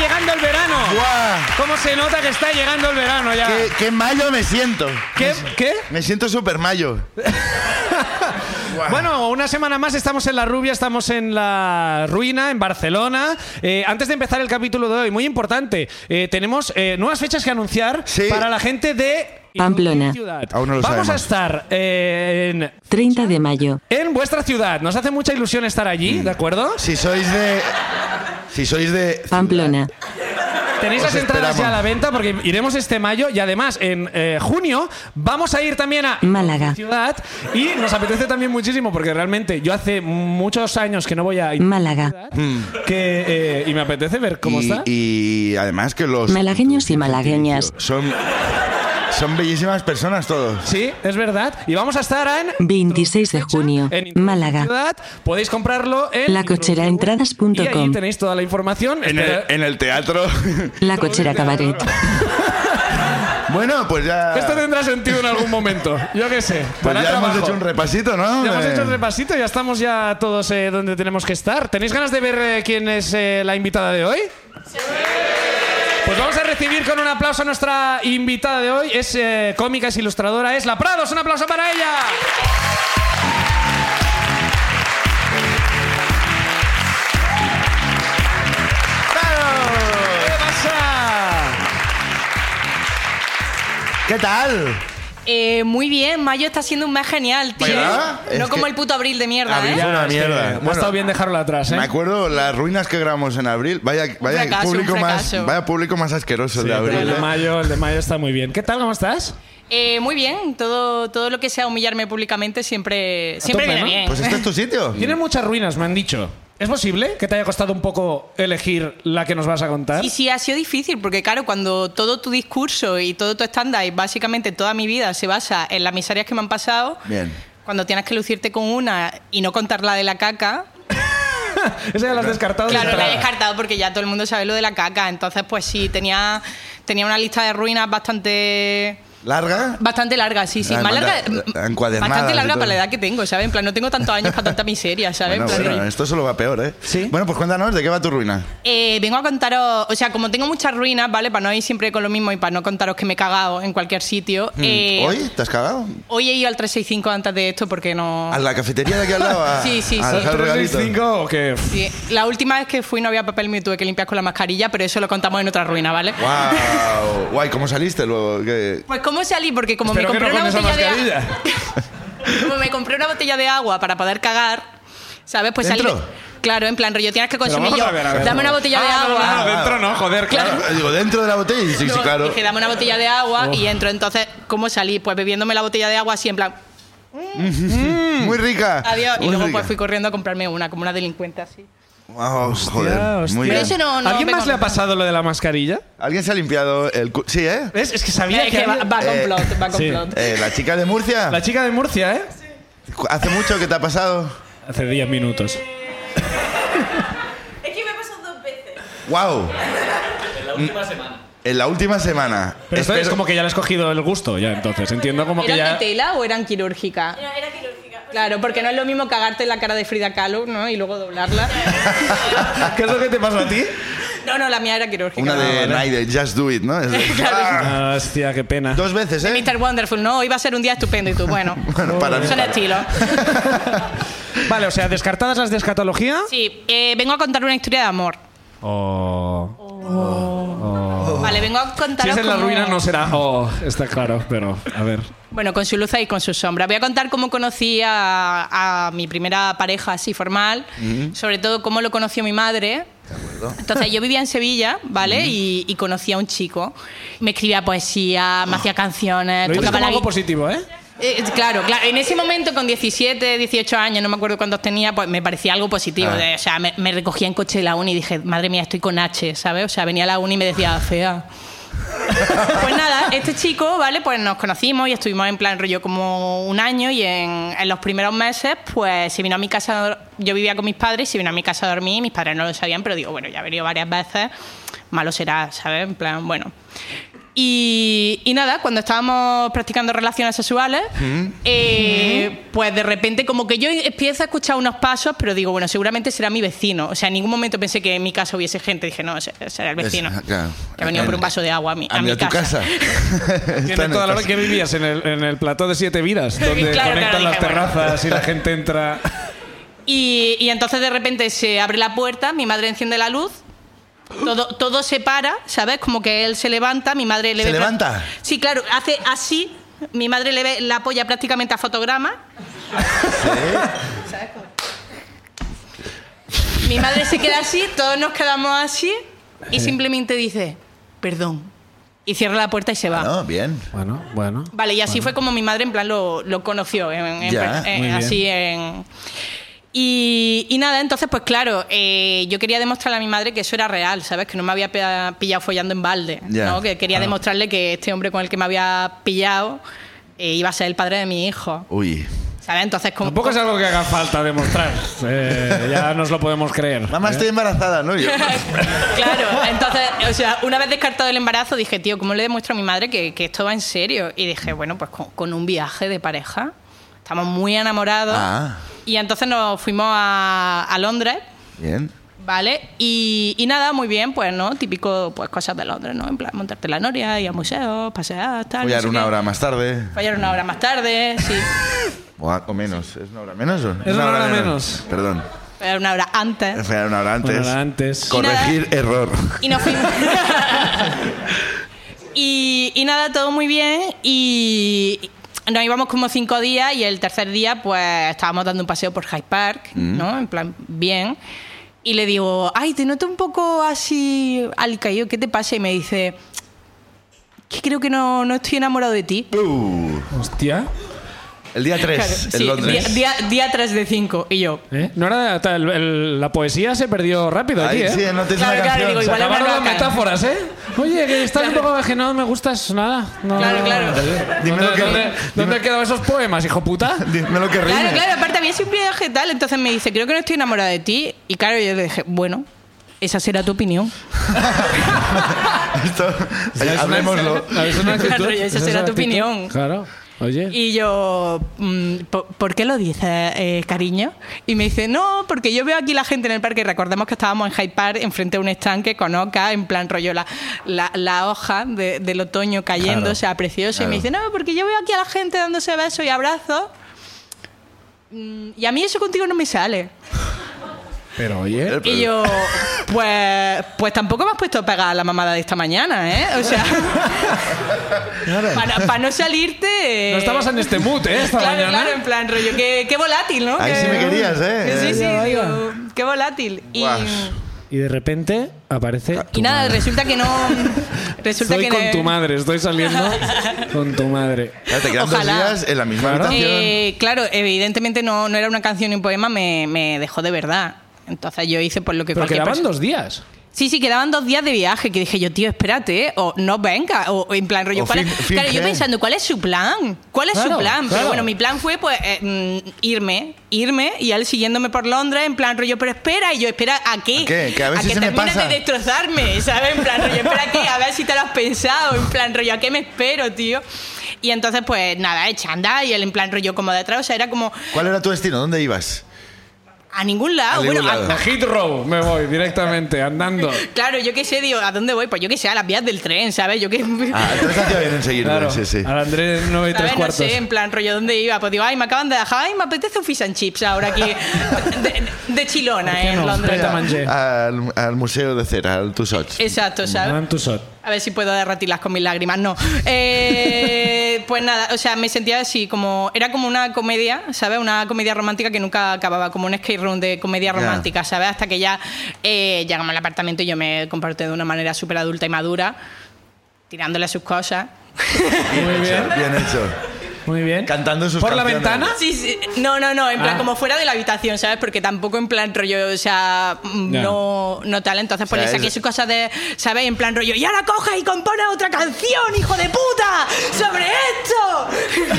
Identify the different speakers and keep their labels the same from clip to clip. Speaker 1: llegando el verano.
Speaker 2: ¡Guau!
Speaker 1: ¿Cómo se nota que está llegando el verano ya?
Speaker 2: ¡Qué, qué mayo me siento!
Speaker 1: ¿Qué? ¿Qué?
Speaker 2: Me siento súper mayo.
Speaker 1: Bueno, una semana más estamos en La Rubia, estamos en La Ruina, en Barcelona. Eh, antes de empezar el capítulo de hoy, muy importante, eh, tenemos eh, nuevas fechas que anunciar
Speaker 2: Sí.
Speaker 1: para la gente de...
Speaker 3: Pamplona.
Speaker 1: Ciudad.
Speaker 2: Aún no lo
Speaker 1: Vamos a
Speaker 2: sabemos.
Speaker 1: estar eh, en,
Speaker 3: 30 de mayo,
Speaker 1: en vuestra ciudad. Nos hace mucha ilusión estar allí,
Speaker 2: Mm.
Speaker 1: ¿de acuerdo?
Speaker 2: Si sois de... Si sois de...
Speaker 3: Pamplona,
Speaker 1: Tenéis
Speaker 2: Os
Speaker 1: las entradas
Speaker 2: esperamos.
Speaker 1: ya a la venta porque iremos este mayo y además en eh, junio vamos a ir también a
Speaker 3: Málaga.
Speaker 1: ciudad y nos apetece también muchísimo porque realmente yo hace muchos años que no voy a
Speaker 3: Málaga.
Speaker 1: que eh, y me apetece ver cómo
Speaker 2: y,
Speaker 1: está.
Speaker 2: y además que los...
Speaker 3: Malagueños y malagueñas.
Speaker 2: Son... Son bellísimas personas todos.
Speaker 1: Sí, es verdad. Y vamos a estar en
Speaker 3: 26 de junio,
Speaker 1: en
Speaker 3: Málaga.
Speaker 1: Ciudad. Podéis comprarlo en
Speaker 3: Lacoceraentradas.com.
Speaker 1: Y ahí tenéis toda la información.
Speaker 2: En el,
Speaker 1: Espera-
Speaker 2: en el teatro.
Speaker 3: La cochera cabaret.
Speaker 2: bueno, pues ya...
Speaker 1: Esto tendrá sentido en algún momento. Yo qué sé.
Speaker 2: Pues
Speaker 1: dará
Speaker 2: ya hemos
Speaker 1: trabajo.
Speaker 2: hecho un repasito, ¿no?
Speaker 1: Ya hemos
Speaker 2: De-
Speaker 1: hecho el repasito, ya estamos ya todos eh, donde tenemos que estar. ¿Tenéis ganas de ver eh, quién es eh, la invitada de hoy? Pues vamos a recibir con un aplauso a nuestra invitada de hoy. Es eh, cómica, es ilustradora, es La Prados. Un aplauso para ella. ¿Qué pasa?
Speaker 2: ¿Qué tal?
Speaker 4: Eh, muy bien, mayo está siendo un mes genial, tío.
Speaker 2: ¿Verdad?
Speaker 4: No
Speaker 2: Es
Speaker 4: como
Speaker 2: que-
Speaker 4: el puto abril de mierda,
Speaker 2: Abril
Speaker 4: ¿eh?
Speaker 2: fue una
Speaker 1: es que
Speaker 2: mierda.
Speaker 1: Ha
Speaker 2: Bueno.
Speaker 1: estado bien dejarlo atrás, ¿eh?
Speaker 2: Me acuerdo las ruinas que grabamos en abril. Vaya, vaya
Speaker 4: fracaso,
Speaker 2: público
Speaker 4: un
Speaker 2: más,
Speaker 4: fracaso.
Speaker 2: vaya público más asqueroso el
Speaker 1: Sí,
Speaker 2: de
Speaker 1: pero
Speaker 2: abril.
Speaker 1: el de
Speaker 2: ¿eh?
Speaker 1: mayo, el de mayo está muy bien. ¿Qué tal? ¿Cómo estás?
Speaker 4: Eh, muy bien, todo, todo lo que sea humillarme públicamente siempre, siempre
Speaker 1: tope,
Speaker 4: viene
Speaker 1: ¿no?
Speaker 4: bien.
Speaker 2: Pues este es tu sitio.
Speaker 1: Tiene muchas ruinas, me han dicho. ¿Es posible que te haya costado un poco elegir la que nos vas a contar?
Speaker 4: Y sí, ha sido difícil, porque claro, cuando todo tu discurso y todo tu estándar, y básicamente toda mi vida se basa en las miserias que me han pasado,
Speaker 2: Bien.
Speaker 4: cuando tienes que lucirte con una y no contar la de la caca,
Speaker 1: Esa Pues ya la has descartado. de
Speaker 4: Claro, la he
Speaker 1: entrada.
Speaker 4: descartado porque ya todo el mundo sabe lo de la caca. Entonces, pues sí, tenía, tenía una lista de ruinas bastante.
Speaker 2: ¿Larga?
Speaker 4: Bastante larga, sí, sí.
Speaker 2: Ah,
Speaker 4: Más
Speaker 2: manda-
Speaker 4: larga, mm,
Speaker 2: eh, encuadernadas
Speaker 4: bastante
Speaker 2: y
Speaker 4: larga
Speaker 2: todo.
Speaker 4: para la edad que tengo, ¿sabes? En plan, no tengo tantos años para tanta miseria, ¿sabes?
Speaker 2: Bueno,
Speaker 4: En plan,
Speaker 2: bueno, esto solo va peor, ¿eh?
Speaker 1: Sí.
Speaker 2: Bueno, pues cuéntanos, ¿de qué va tu ruina?
Speaker 4: eh, vengo a contaros, o sea, como tengo muchas ruinas, ¿vale? Para no ir siempre con lo mismo y para no contaros que me he cagado en cualquier sitio. eh,
Speaker 2: Hmm, ¿Hoy? ¿Te has cagado?
Speaker 4: hoy he ido al 365 antes de esto porque no.
Speaker 2: ¿A la cafetería de aquí al lado? a-
Speaker 4: Sí, sí,
Speaker 2: a
Speaker 4: sí.
Speaker 2: dejar el regalito?
Speaker 1: 365 o qué?
Speaker 4: Sí, La última vez que fui no había papel y me tuve que limpiar con la mascarilla, pero eso lo contamos en otra ruina, ¿vale?
Speaker 2: ¡Wow! Guay, ¿cómo saliste luego? ¿Qué?
Speaker 4: Pues cómo salí, porque como
Speaker 1: Espero
Speaker 4: me
Speaker 1: que
Speaker 4: compré
Speaker 1: no
Speaker 4: una
Speaker 1: con esa
Speaker 4: botella de agua.
Speaker 1: mascarilla.
Speaker 4: Como me compré una botella de agua para poder cagar, ¿sabes? Pues salí.
Speaker 2: ¿Dentro?
Speaker 4: Claro, en plan, rollo, tienes que
Speaker 1: Pero
Speaker 4: consumir
Speaker 1: vamos
Speaker 4: yo.
Speaker 1: a ver, a ver.
Speaker 4: Dame una botella de
Speaker 1: Ah, no,
Speaker 4: agua.
Speaker 1: No, dentro no, joder, claro.
Speaker 2: Ah, Digo, ¿dentro de la botella? Sí, sí,
Speaker 4: No,
Speaker 2: claro.
Speaker 4: Dije, dame una botella de agua
Speaker 1: Oh.
Speaker 4: y entro. Entonces, ¿cómo salí? Pues bebiéndome la botella de agua así, en plan,
Speaker 2: Muy rica.
Speaker 4: "Ah, adiós. Y
Speaker 2: muy
Speaker 4: luego
Speaker 2: rica.
Speaker 4: pues fui corriendo a comprarme una, como una delincuente así.
Speaker 2: Wow, joder,
Speaker 1: hostia.
Speaker 2: muy
Speaker 4: Pero
Speaker 2: bien.
Speaker 4: eso no, no
Speaker 1: ¿Alguien
Speaker 4: me
Speaker 1: más le ha
Speaker 4: convence.
Speaker 1: pasado lo de la mascarilla?
Speaker 2: ¿Alguien se ha limpiado el cu- Sí, ¿eh?
Speaker 1: ¿Ves? Es que sabía
Speaker 4: Es
Speaker 1: que
Speaker 4: que va,
Speaker 1: había-
Speaker 4: va con
Speaker 2: Eh,
Speaker 4: plot, va con
Speaker 1: sí.
Speaker 4: plot.
Speaker 2: Eh, ¿La chica de Murcia?
Speaker 1: La chica de Murcia, ¿eh?
Speaker 2: ¿Hace mucho que te ha pasado?
Speaker 1: Hace 10 minutos.
Speaker 5: Es que me ha pasado dos veces.
Speaker 2: ¡Wow! En la última semana. En la última semana.
Speaker 1: Pero esto es
Speaker 2: Espero-
Speaker 1: como que ya le has cogido el gusto, ya entonces. Entiendo como que
Speaker 4: ¿Eran
Speaker 1: ya.
Speaker 4: de tela o eran quirúrgicas?
Speaker 5: Era, era quirúrgica.
Speaker 4: Claro, porque no es lo mismo cagarte en la cara de Frida Kahlo, ¿no? Y luego doblarla.
Speaker 1: ¿Qué es lo que te pasó a ti?
Speaker 4: No, no, la mía era quirúrgica.
Speaker 2: Una de Naide, Just Do It, ¿no? Es de-
Speaker 4: Claro.
Speaker 1: Ah, Hostia, qué pena.
Speaker 2: Ah, dos veces, ¿eh?
Speaker 4: Mr. Wonderful, no, iba a ser un día estupendo y tú, bueno.
Speaker 2: Bueno, para mí,
Speaker 4: son
Speaker 2: para.
Speaker 4: estilo.
Speaker 1: Vale, o sea, descartadas las de escatología.
Speaker 4: Sí, eh, vengo a contar una historia de amor.
Speaker 1: O-
Speaker 4: Vale, vengo a contar.
Speaker 1: Oh. Si es en la ruina no será. Oh, está claro, pero a ver.
Speaker 4: Bueno, con su luz y con su sombra. Voy a contar cómo conocí a, a mi primera pareja así formal, sobre todo cómo lo conoció mi madre. Entonces yo vivía en Sevilla, ¿vale? Y, y conocí a un chico. Me escribía poesía, me hacía canciones,
Speaker 1: Ah. Lo dices
Speaker 4: tocaba
Speaker 1: como
Speaker 4: la
Speaker 1: algo
Speaker 4: guitarra.
Speaker 1: positivo, ¿eh?
Speaker 4: Eh, claro, claro. En ese momento, con 17, 18 años, no me acuerdo cuántos tenía, pues me parecía algo positivo.
Speaker 2: Ah.
Speaker 4: De- o sea, me, me recogía en coche de la uni y dije, madre mía, estoy con H, ¿sabes? O sea, venía a la uni y me decía, fea. pues nada, este chico, ¿vale? Pues nos conocimos y estuvimos en plan rollo como un año y en, en los primeros meses, pues se vino a mi casa, yo vivía con mis padres, se vino a mi casa a dormir, mis padres no lo sabían, pero digo, bueno, ya ha venido varias veces, malo será, ¿sabes? En plan, bueno. Y, y nada, cuando estábamos practicando relaciones sexuales,
Speaker 2: Mm.
Speaker 4: eh, pues de repente como que yo empiezo a escuchar unos pasos, pero digo, bueno, seguramente será mi vecino. O sea, en ningún momento pensé que en mi casa hubiese gente. Dije, no, ese- será el vecino.
Speaker 2: Es- claro.
Speaker 4: Que ha venido por un vaso de agua a mi, a mi
Speaker 2: a tu casa. Está
Speaker 1: Tiene
Speaker 2: en
Speaker 1: toda
Speaker 2: el
Speaker 1: la hora
Speaker 2: caso.
Speaker 1: que vivías en el, en el plató de siete vidas, donde
Speaker 4: Claro, claro,
Speaker 1: conectan las
Speaker 4: dije, bueno.
Speaker 1: terrazas y la gente entra.
Speaker 4: Y, y entonces de repente se abre la puerta, mi madre enciende la luz, todo, todo se para, ¿sabes? Como que él se levanta, mi madre le
Speaker 2: ¿Se
Speaker 4: ve-
Speaker 2: levanta?
Speaker 4: Sí, claro, hace así, mi madre le ve la apoya prácticamente a fotograma. ¿Sabes cómo? Mi madre se queda así, todos nos quedamos así y simplemente dice, perdón. Y cierra la puerta y se va.
Speaker 2: No, bien.
Speaker 1: Bueno, bueno.
Speaker 4: Vale, y así fue como mi madre en plan lo, lo conoció, en- en-
Speaker 2: Ya,
Speaker 4: en-
Speaker 1: muy bien.
Speaker 4: así en... Y, y nada, entonces pues claro, eh, yo quería demostrarle a mi madre que eso era real, ¿sabes? Que no me había pe- pillado follando en balde,
Speaker 2: Ya,
Speaker 4: ¿no? Que quería demostrarle que este hombre con el que me había pillado eh, iba a ser el padre de mi hijo,
Speaker 2: Uy.
Speaker 4: ¿sabes? Entonces como...
Speaker 1: Tampoco es algo que haga falta demostrar. Eh, ya nos lo podemos creer.
Speaker 2: Mamá,
Speaker 1: ¿eh?
Speaker 2: estoy embarazada, ¿no? Yo,
Speaker 4: claro, entonces, o sea, una vez descartado el embarazo dije, tío, ¿cómo le demuestro a mi madre que, que esto va en serio? Y dije, bueno, pues con, con un viaje de pareja. Estamos muy enamorados.
Speaker 2: Ah.
Speaker 4: Y entonces nos fuimos a, a Londres,
Speaker 2: bien.
Speaker 4: ¿vale? Y, y nada, muy bien, pues, ¿no? Típico, pues, cosas de Londres, ¿no? En plan, montarte en la noria, ir a museos, pasear,
Speaker 1: Ah,
Speaker 4: tal.
Speaker 2: Voy a
Speaker 4: no sé
Speaker 2: dar una
Speaker 4: qué.
Speaker 2: hora más tarde.
Speaker 4: Fallar una hora más tarde, sí.
Speaker 2: O, a- o menos. ¿Es una hora menos? o-
Speaker 1: Es una hora menos.
Speaker 2: Perdón.
Speaker 4: Fallar una hora antes.
Speaker 2: Fue una hora antes.
Speaker 1: Bueno, era antes.
Speaker 4: Con-
Speaker 2: Corregir error.
Speaker 4: Y nos fuimos. y, y nada, todo muy bien. Y nos íbamos como cinco días y el tercer día pues estábamos dando un paseo por Hyde Park,
Speaker 2: Mm.
Speaker 4: ¿no? En plan, bien. Y le digo, ay, te noto un poco así alicaído, ¿qué te pasa? Y me dice, que creo que no, no estoy enamorado de ti.
Speaker 2: Uh,
Speaker 1: Hostia.
Speaker 2: el día 3
Speaker 4: Claro,
Speaker 2: en
Speaker 4: sí,
Speaker 2: Londres.
Speaker 4: Día, día, día 3 de 5. Y yo,
Speaker 1: ¿Eh? No era ta- el- el- la poesía se perdió rápido aquí,
Speaker 2: Ahí,
Speaker 1: ¿eh?
Speaker 2: sí, no tienes
Speaker 4: Claro,
Speaker 2: una
Speaker 4: claro,
Speaker 2: canción.
Speaker 4: digo,
Speaker 1: Se
Speaker 4: igual- es
Speaker 1: acabaron
Speaker 4: una
Speaker 1: las
Speaker 4: loca.
Speaker 1: metáforas, ¿eh? Oye, que estás un poco que no me gustas nada. No.
Speaker 4: claro, claro.
Speaker 2: Dime
Speaker 1: ¿Dónde,
Speaker 2: lo que-
Speaker 1: dónde- dónde han quedado esos poemas, hijo puta?
Speaker 2: Dime lo que rime.
Speaker 4: Claro, claro, aparte había sido un viaje tal, entonces me dice, creo que no estoy enamorada de ti. Y claro, yo le dije, bueno, esa será tu opinión.
Speaker 2: Esto, oye, hablemoslo.
Speaker 1: ¿Sabes una actitud?
Speaker 4: Claro, esa será
Speaker 1: es
Speaker 4: tu
Speaker 1: actitud.
Speaker 4: opinión.
Speaker 1: Claro. Oye.
Speaker 4: Y yo, mm, ¿po- ¿por qué lo dices, eh, cariño? Y me dice, no, porque yo veo aquí la gente en el parque, recordemos que estábamos en Hyde Park, enfrente de un estanque con oca, en plan rollo, la, la, la hoja de- del otoño cayendo,
Speaker 1: Claro,
Speaker 4: o sea, precioso. Y me dice, no, porque yo veo aquí a la gente dándose besos y abrazos. mm, Y a mí eso contigo no me sale.
Speaker 1: Pero oye.
Speaker 4: Y yo, pues, pues tampoco me has puesto a pegar la mamada de esta mañana, ¿eh? O sea, para, para no salirte. eh,
Speaker 1: No estabas en este mood, ¿eh? Esta
Speaker 4: claro,
Speaker 1: mañana.
Speaker 4: claro, en plan, rollo, qué, qué volátil, ¿no?
Speaker 2: Ahí
Speaker 4: Que-
Speaker 2: sí me querías,
Speaker 4: que Sí,
Speaker 2: ¿eh?
Speaker 4: sí,
Speaker 1: Ya,
Speaker 4: digo,
Speaker 1: vaya.
Speaker 4: qué volátil. Y,
Speaker 2: Guau.
Speaker 1: Y de repente aparece. tu
Speaker 4: y nada,
Speaker 1: madre.
Speaker 4: resulta que no. Resulta
Speaker 1: Estoy
Speaker 4: Ah, que
Speaker 1: con
Speaker 4: no-
Speaker 1: tu madre, estoy saliendo con tu madre.
Speaker 2: Claro, te quedan
Speaker 4: Ojalá.
Speaker 2: dos días en la misma
Speaker 1: Claro.
Speaker 2: habitación.
Speaker 4: Eh, claro, evidentemente no, no era una canción ni un poema, me, me dejó de verdad. Entonces yo hice por lo que
Speaker 1: Pero
Speaker 4: cualquier
Speaker 1: quedaban
Speaker 4: persona-
Speaker 1: dos días.
Speaker 4: Sí, sí, quedaban dos días de viaje que dije yo, tío, espérate, eh, o no venga, o, o en plan rollo.
Speaker 2: O
Speaker 4: ¿cuál es-
Speaker 2: fin-
Speaker 4: claro, yo
Speaker 2: finge.
Speaker 4: pensando, ¿cuál es su plan? ¿Cuál es
Speaker 1: Claro,
Speaker 4: su plan?
Speaker 1: claro.
Speaker 4: Pero bueno, mi plan fue pues eh, mm, irme, irme y él siguiéndome por Londres en plan rollo, pero espera, y yo, espera, ¿a
Speaker 2: ¿A
Speaker 4: qué?
Speaker 2: qué? Que a ver si se me
Speaker 4: termines
Speaker 2: pasa.
Speaker 4: de destrozarme, ¿sabes? En plan rollo, espera, ¿qué? A ver si te lo has pensado, en plan rollo, ¿a qué me espero, tío? Y entonces, pues nada, echanda y él en plan rollo como detrás, o sea, era como
Speaker 2: ¿Cuál era tu destino? ¿Dónde ibas?
Speaker 4: a ningún lado.
Speaker 2: A ningún
Speaker 4: bueno, a-
Speaker 2: lado.
Speaker 1: A Heathrow me voy directamente, andando.
Speaker 4: Claro, yo qué sé, digo, ¿a dónde voy? Pues yo qué sé, a las vías del tren, ¿sabes? Yo qué...
Speaker 2: Ah, entonces hacía bien en seguirme.
Speaker 1: Claro,
Speaker 2: Sí, sí.
Speaker 1: al Andrés 9 y 3
Speaker 4: ¿Sabes? No
Speaker 1: cuartos.
Speaker 4: sé, en plan, rollo, ¿dónde iba? Pues digo, ay, me acaban de dejar, ay, me apetece un fish and chips ahora aquí, de, de chilona,
Speaker 1: qué
Speaker 4: en
Speaker 1: no?
Speaker 4: Londres.
Speaker 1: Vete a man- Mangé.
Speaker 2: Al, al museo de cera, al Tussauds.
Speaker 4: Exacto, ¿sabes?
Speaker 1: Dan tu shot.
Speaker 4: A ver si puedo derretirlas con mis lágrimas. No. Eh, pues nada, o sea, me sentía así como. Era como una comedia, ¿sabes? Una comedia romántica que nunca acababa, como un escape room de comedia
Speaker 2: Ya.
Speaker 4: romántica, ¿sabes? Hasta que ya eh, llegamos al apartamento y yo me comporté de una manera súper adulta y madura, tirándole sus cosas.
Speaker 1: Muy bien.
Speaker 2: Bien hecho.
Speaker 1: Muy bien.
Speaker 2: Cantando sus
Speaker 1: ¿Por
Speaker 2: canciones.
Speaker 1: la ventana?
Speaker 4: Sí, sí. No, no, no, en plan
Speaker 1: Ah.
Speaker 4: como fuera de la habitación, ¿sabes? Porque tampoco en plan rollo, o sea, mm,
Speaker 1: Ya.
Speaker 4: no, no tal. Entonces pues,
Speaker 2: sea,
Speaker 4: pones
Speaker 2: es-
Speaker 4: aquí sus cosas de, ¿sabes? En plan rollo, y ahora coge y compone otra canción, hijo de puta, sobre esto.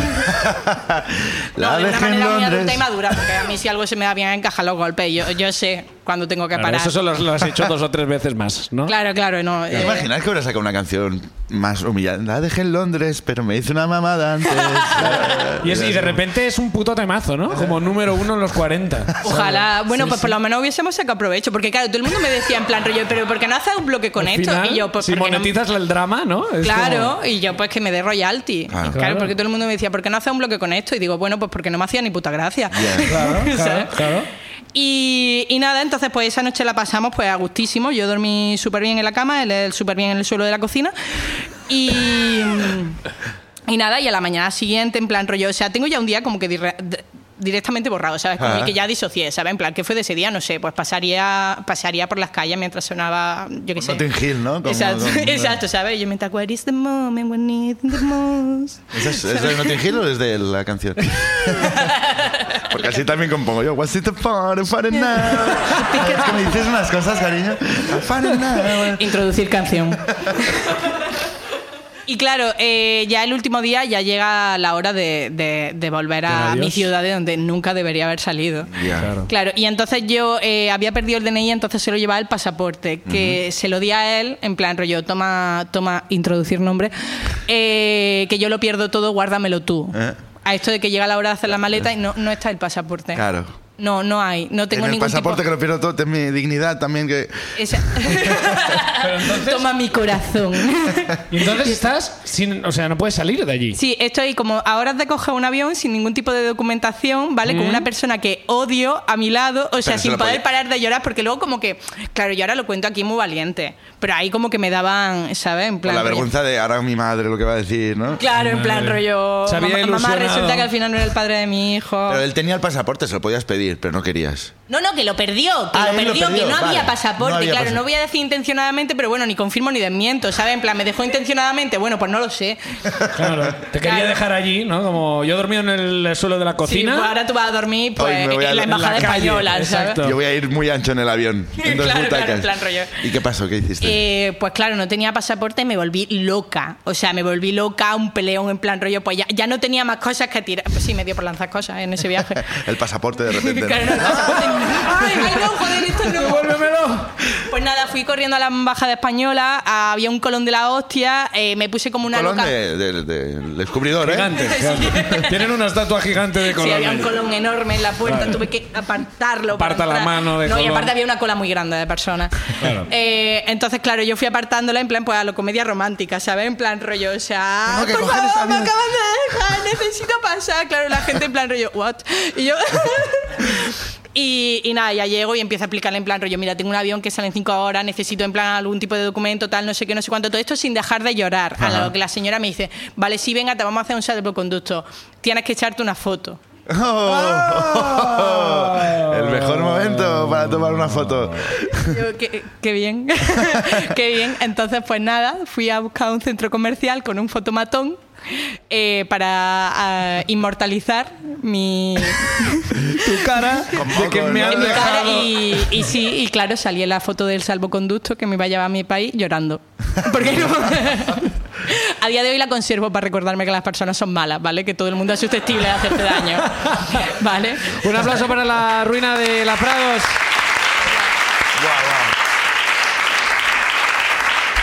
Speaker 2: La
Speaker 4: no, de una
Speaker 2: dejé en
Speaker 4: manera muy adulta
Speaker 2: Londres.
Speaker 4: y madura, porque a mí si algo se me da bien encaja los golpes, yo, yo sé cuando tengo que
Speaker 1: Claro,
Speaker 4: parar.
Speaker 1: eso solo lo has hecho dos o tres veces más, ¿no?
Speaker 4: Claro, claro, no.
Speaker 2: ¿Te
Speaker 4: eh,
Speaker 2: imaginas que hubiera sacado una canción más humillante? La dejé en Londres, pero me hice una mamada antes.
Speaker 1: Y, es- y de repente es un puto temazo, ¿no? Como número uno en los 40.
Speaker 4: Ojalá, bueno, pues por lo menos hubiésemos sacado provecho, porque claro, todo el mundo me decía en plan rollo, pero ¿por qué no haces un bloque con
Speaker 1: Al
Speaker 4: esto?
Speaker 1: final,
Speaker 4: y yo, pues
Speaker 1: si
Speaker 4: porque no-
Speaker 1: monetizas el drama, ¿no? Es
Speaker 4: Claro,
Speaker 1: como-
Speaker 4: y yo pues que me dé royalty. Y Claro,
Speaker 1: Claro.
Speaker 4: porque todo el mundo me decía, ¿por qué no haces un bloque con esto? Y digo, bueno, pues porque no me hacía ni puta gracia.
Speaker 2: Ya.
Speaker 1: Claro,
Speaker 4: ¿Sabes?
Speaker 1: claro, claro.
Speaker 4: Y, y nada, entonces pues esa noche la pasamos pues a gustísimo. Yo dormí súper bien en la cama, él súper bien en el suelo de la cocina. Y... Y nada, y a la mañana siguiente, en plan rollo, o sea, tengo ya un día como que dire- d- directamente borrado, ¿sabes? Como
Speaker 2: Ajá.
Speaker 4: que ya disocié, ¿sabes? En plan, ¿qué fue de ese día? No sé, pues pasaría pasaría por las calles mientras sonaba, yo qué sé.
Speaker 2: Notting Hill, ¿no? Como-
Speaker 4: exacto,
Speaker 2: como-
Speaker 4: exacto, ¿sabes? Yo mientras, what is the moment we need the most?
Speaker 2: ¿Es, es, es de Notting Hill o es de la canción? Porque así también compongo yo. What's it for, for it now? Es que me dices unas cosas, cariño. For it now.
Speaker 4: Introducir canción. Y claro, eh, ya el último día ya llega la hora de, de- de volver
Speaker 1: Pero
Speaker 4: a
Speaker 1: adiós.
Speaker 4: mi ciudad de donde nunca debería haber salido.
Speaker 2: Ya.
Speaker 1: Claro.
Speaker 4: Claro, y entonces yo eh, había perdido el DNI, entonces se lo llevaba el pasaporte, que se lo di a él, en plan rollo, toma, toma, introducir nombre, eh, que yo lo pierdo todo, guárdamelo tú.
Speaker 2: Eh.
Speaker 4: A esto de que llega la hora de hacer la maleta y no, no está el pasaporte.
Speaker 2: Claro.
Speaker 4: No, no hay, no tengo
Speaker 2: en el
Speaker 4: ningún
Speaker 2: pasaporte
Speaker 4: tipo...
Speaker 2: que lo pierdo todo, ten mi dignidad también. Que...
Speaker 4: Esa- Toma mi corazón.
Speaker 1: Y entonces estás sin. O sea, no puedes salir de allí.
Speaker 4: Sí, estoy como a horas de coger un avión sin ningún tipo de documentación, ¿vale? Con
Speaker 1: Mm.
Speaker 4: una persona que odio a mi lado, o sea,
Speaker 2: se
Speaker 4: sin
Speaker 2: lo
Speaker 4: poder
Speaker 2: podía-
Speaker 4: parar de llorar, porque luego como que, claro, yo ahora lo cuento aquí muy valiente, pero ahí como que me daban, ¿sabes? En
Speaker 2: Por
Speaker 4: plan...
Speaker 2: la
Speaker 4: rollo-
Speaker 2: vergüenza de ahora mi madre lo que va a decir, ¿no?
Speaker 4: Claro, en plan
Speaker 1: Madre.
Speaker 4: rollo...
Speaker 1: Se había
Speaker 4: "Mamá- Mamá,
Speaker 1: ilusionado".
Speaker 4: resulta que al final no era el padre de mi hijo.
Speaker 2: Pero él tenía el pasaporte, se lo podías pedir, pero no querías.
Speaker 4: No, no, que lo perdió, que
Speaker 2: Ah,
Speaker 4: lo
Speaker 2: él lo
Speaker 4: perdió,
Speaker 2: perdió,
Speaker 4: que no
Speaker 2: vale.
Speaker 4: había pasaporte,
Speaker 2: No había
Speaker 4: claro,
Speaker 2: pasaporte.
Speaker 4: no voy a decir intencionadamente, pero bueno, ni confirmo ni desmiento, ¿sabes? En plan, me dejó intencionadamente, bueno, pues no lo sé.
Speaker 1: Claro. Te quería
Speaker 4: Claro.
Speaker 1: dejar allí, ¿no? Como yo he dormido en el suelo de la
Speaker 4: Sí, pues
Speaker 1: cocina.
Speaker 4: ahora tú vas a dormir pues,
Speaker 2: Hoy me voy a
Speaker 4: en la
Speaker 2: la- en la
Speaker 4: embajada
Speaker 1: calle,
Speaker 4: española, ¿sabes?
Speaker 1: exacto.
Speaker 2: Yo voy a ir muy ancho en el avión. En dos
Speaker 4: Claro, claro,
Speaker 2: butacas.
Speaker 4: en plan rollo.
Speaker 2: ¿Y qué pasó? ¿Qué hiciste?
Speaker 4: Eh, pues claro, no tenía pasaporte y me volví loca. O sea, me volví loca, un peleón en plan rollo. Pues ya, ya no tenía más cosas que tirar. Pues sí, me dio por lanzar cosas en ese viaje.
Speaker 2: El pasaporte de repente. ¿no?
Speaker 4: Claro, no, el pasaporte- ay, ay, no, joder, esto no.
Speaker 1: ¡Devuélvemelo!
Speaker 4: Pues nada, fui corriendo a la embajada española, había un colón de la hostia, eh, me puse como una
Speaker 2: Colón
Speaker 4: loca.
Speaker 2: de- de- de- del descubridor, ¿eh?
Speaker 1: Gigante. gigante. Tienen una estatua gigante de
Speaker 4: Sí,
Speaker 1: Colón.
Speaker 4: había un
Speaker 1: allí.
Speaker 4: colón enorme en la puerta, tuve que apartarlo. para
Speaker 1: Aparta la
Speaker 4: entrar.
Speaker 1: mano de
Speaker 4: No, y
Speaker 1: Colón.
Speaker 4: aparte había una cola muy grande de personas.
Speaker 1: Claro.
Speaker 4: Eh, entonces, claro, yo fui apartándola en plan, pues a lo comedia romántica, ¿sabes? En plan rollo, o sea,
Speaker 2: Tengo que
Speaker 4: por
Speaker 2: coger
Speaker 4: favor,
Speaker 2: ese
Speaker 4: me
Speaker 2: avión".
Speaker 4: acaban de dejar, necesito pasar. Claro, la gente en plan rollo, ¿what? Y yo. Y, y nada, ya llego y empiezo a explicarle en plan rollo, mira, tengo un avión que sale en cinco horas, necesito en plan algún tipo de documento, tal, no sé qué, no sé cuánto, todo esto sin dejar de llorar. A lo que la señora me dice, vale, sí, venga, te vamos a hacer un salvoconducto, tienes que echarte una foto.
Speaker 2: Oh, el mejor momento para tomar una foto.
Speaker 4: Yo, qué, qué bien, qué bien. Entonces, pues nada, fui a buscar un centro comercial con un fotomatón eh, para ah, inmortalizar mi,
Speaker 1: tu cara de que me han
Speaker 4: mi cara
Speaker 1: dejado.
Speaker 4: y, y sí, y claro, salí en la foto del salvoconducto que me iba a llevar a mi país llorando. Porque no- a día de hoy la conservo para recordarme que las personas son malas, ¿vale? Que todo el mundo es susceptible de hacerte daño, ¿vale?
Speaker 1: Un aplauso para la ruina de La Prados.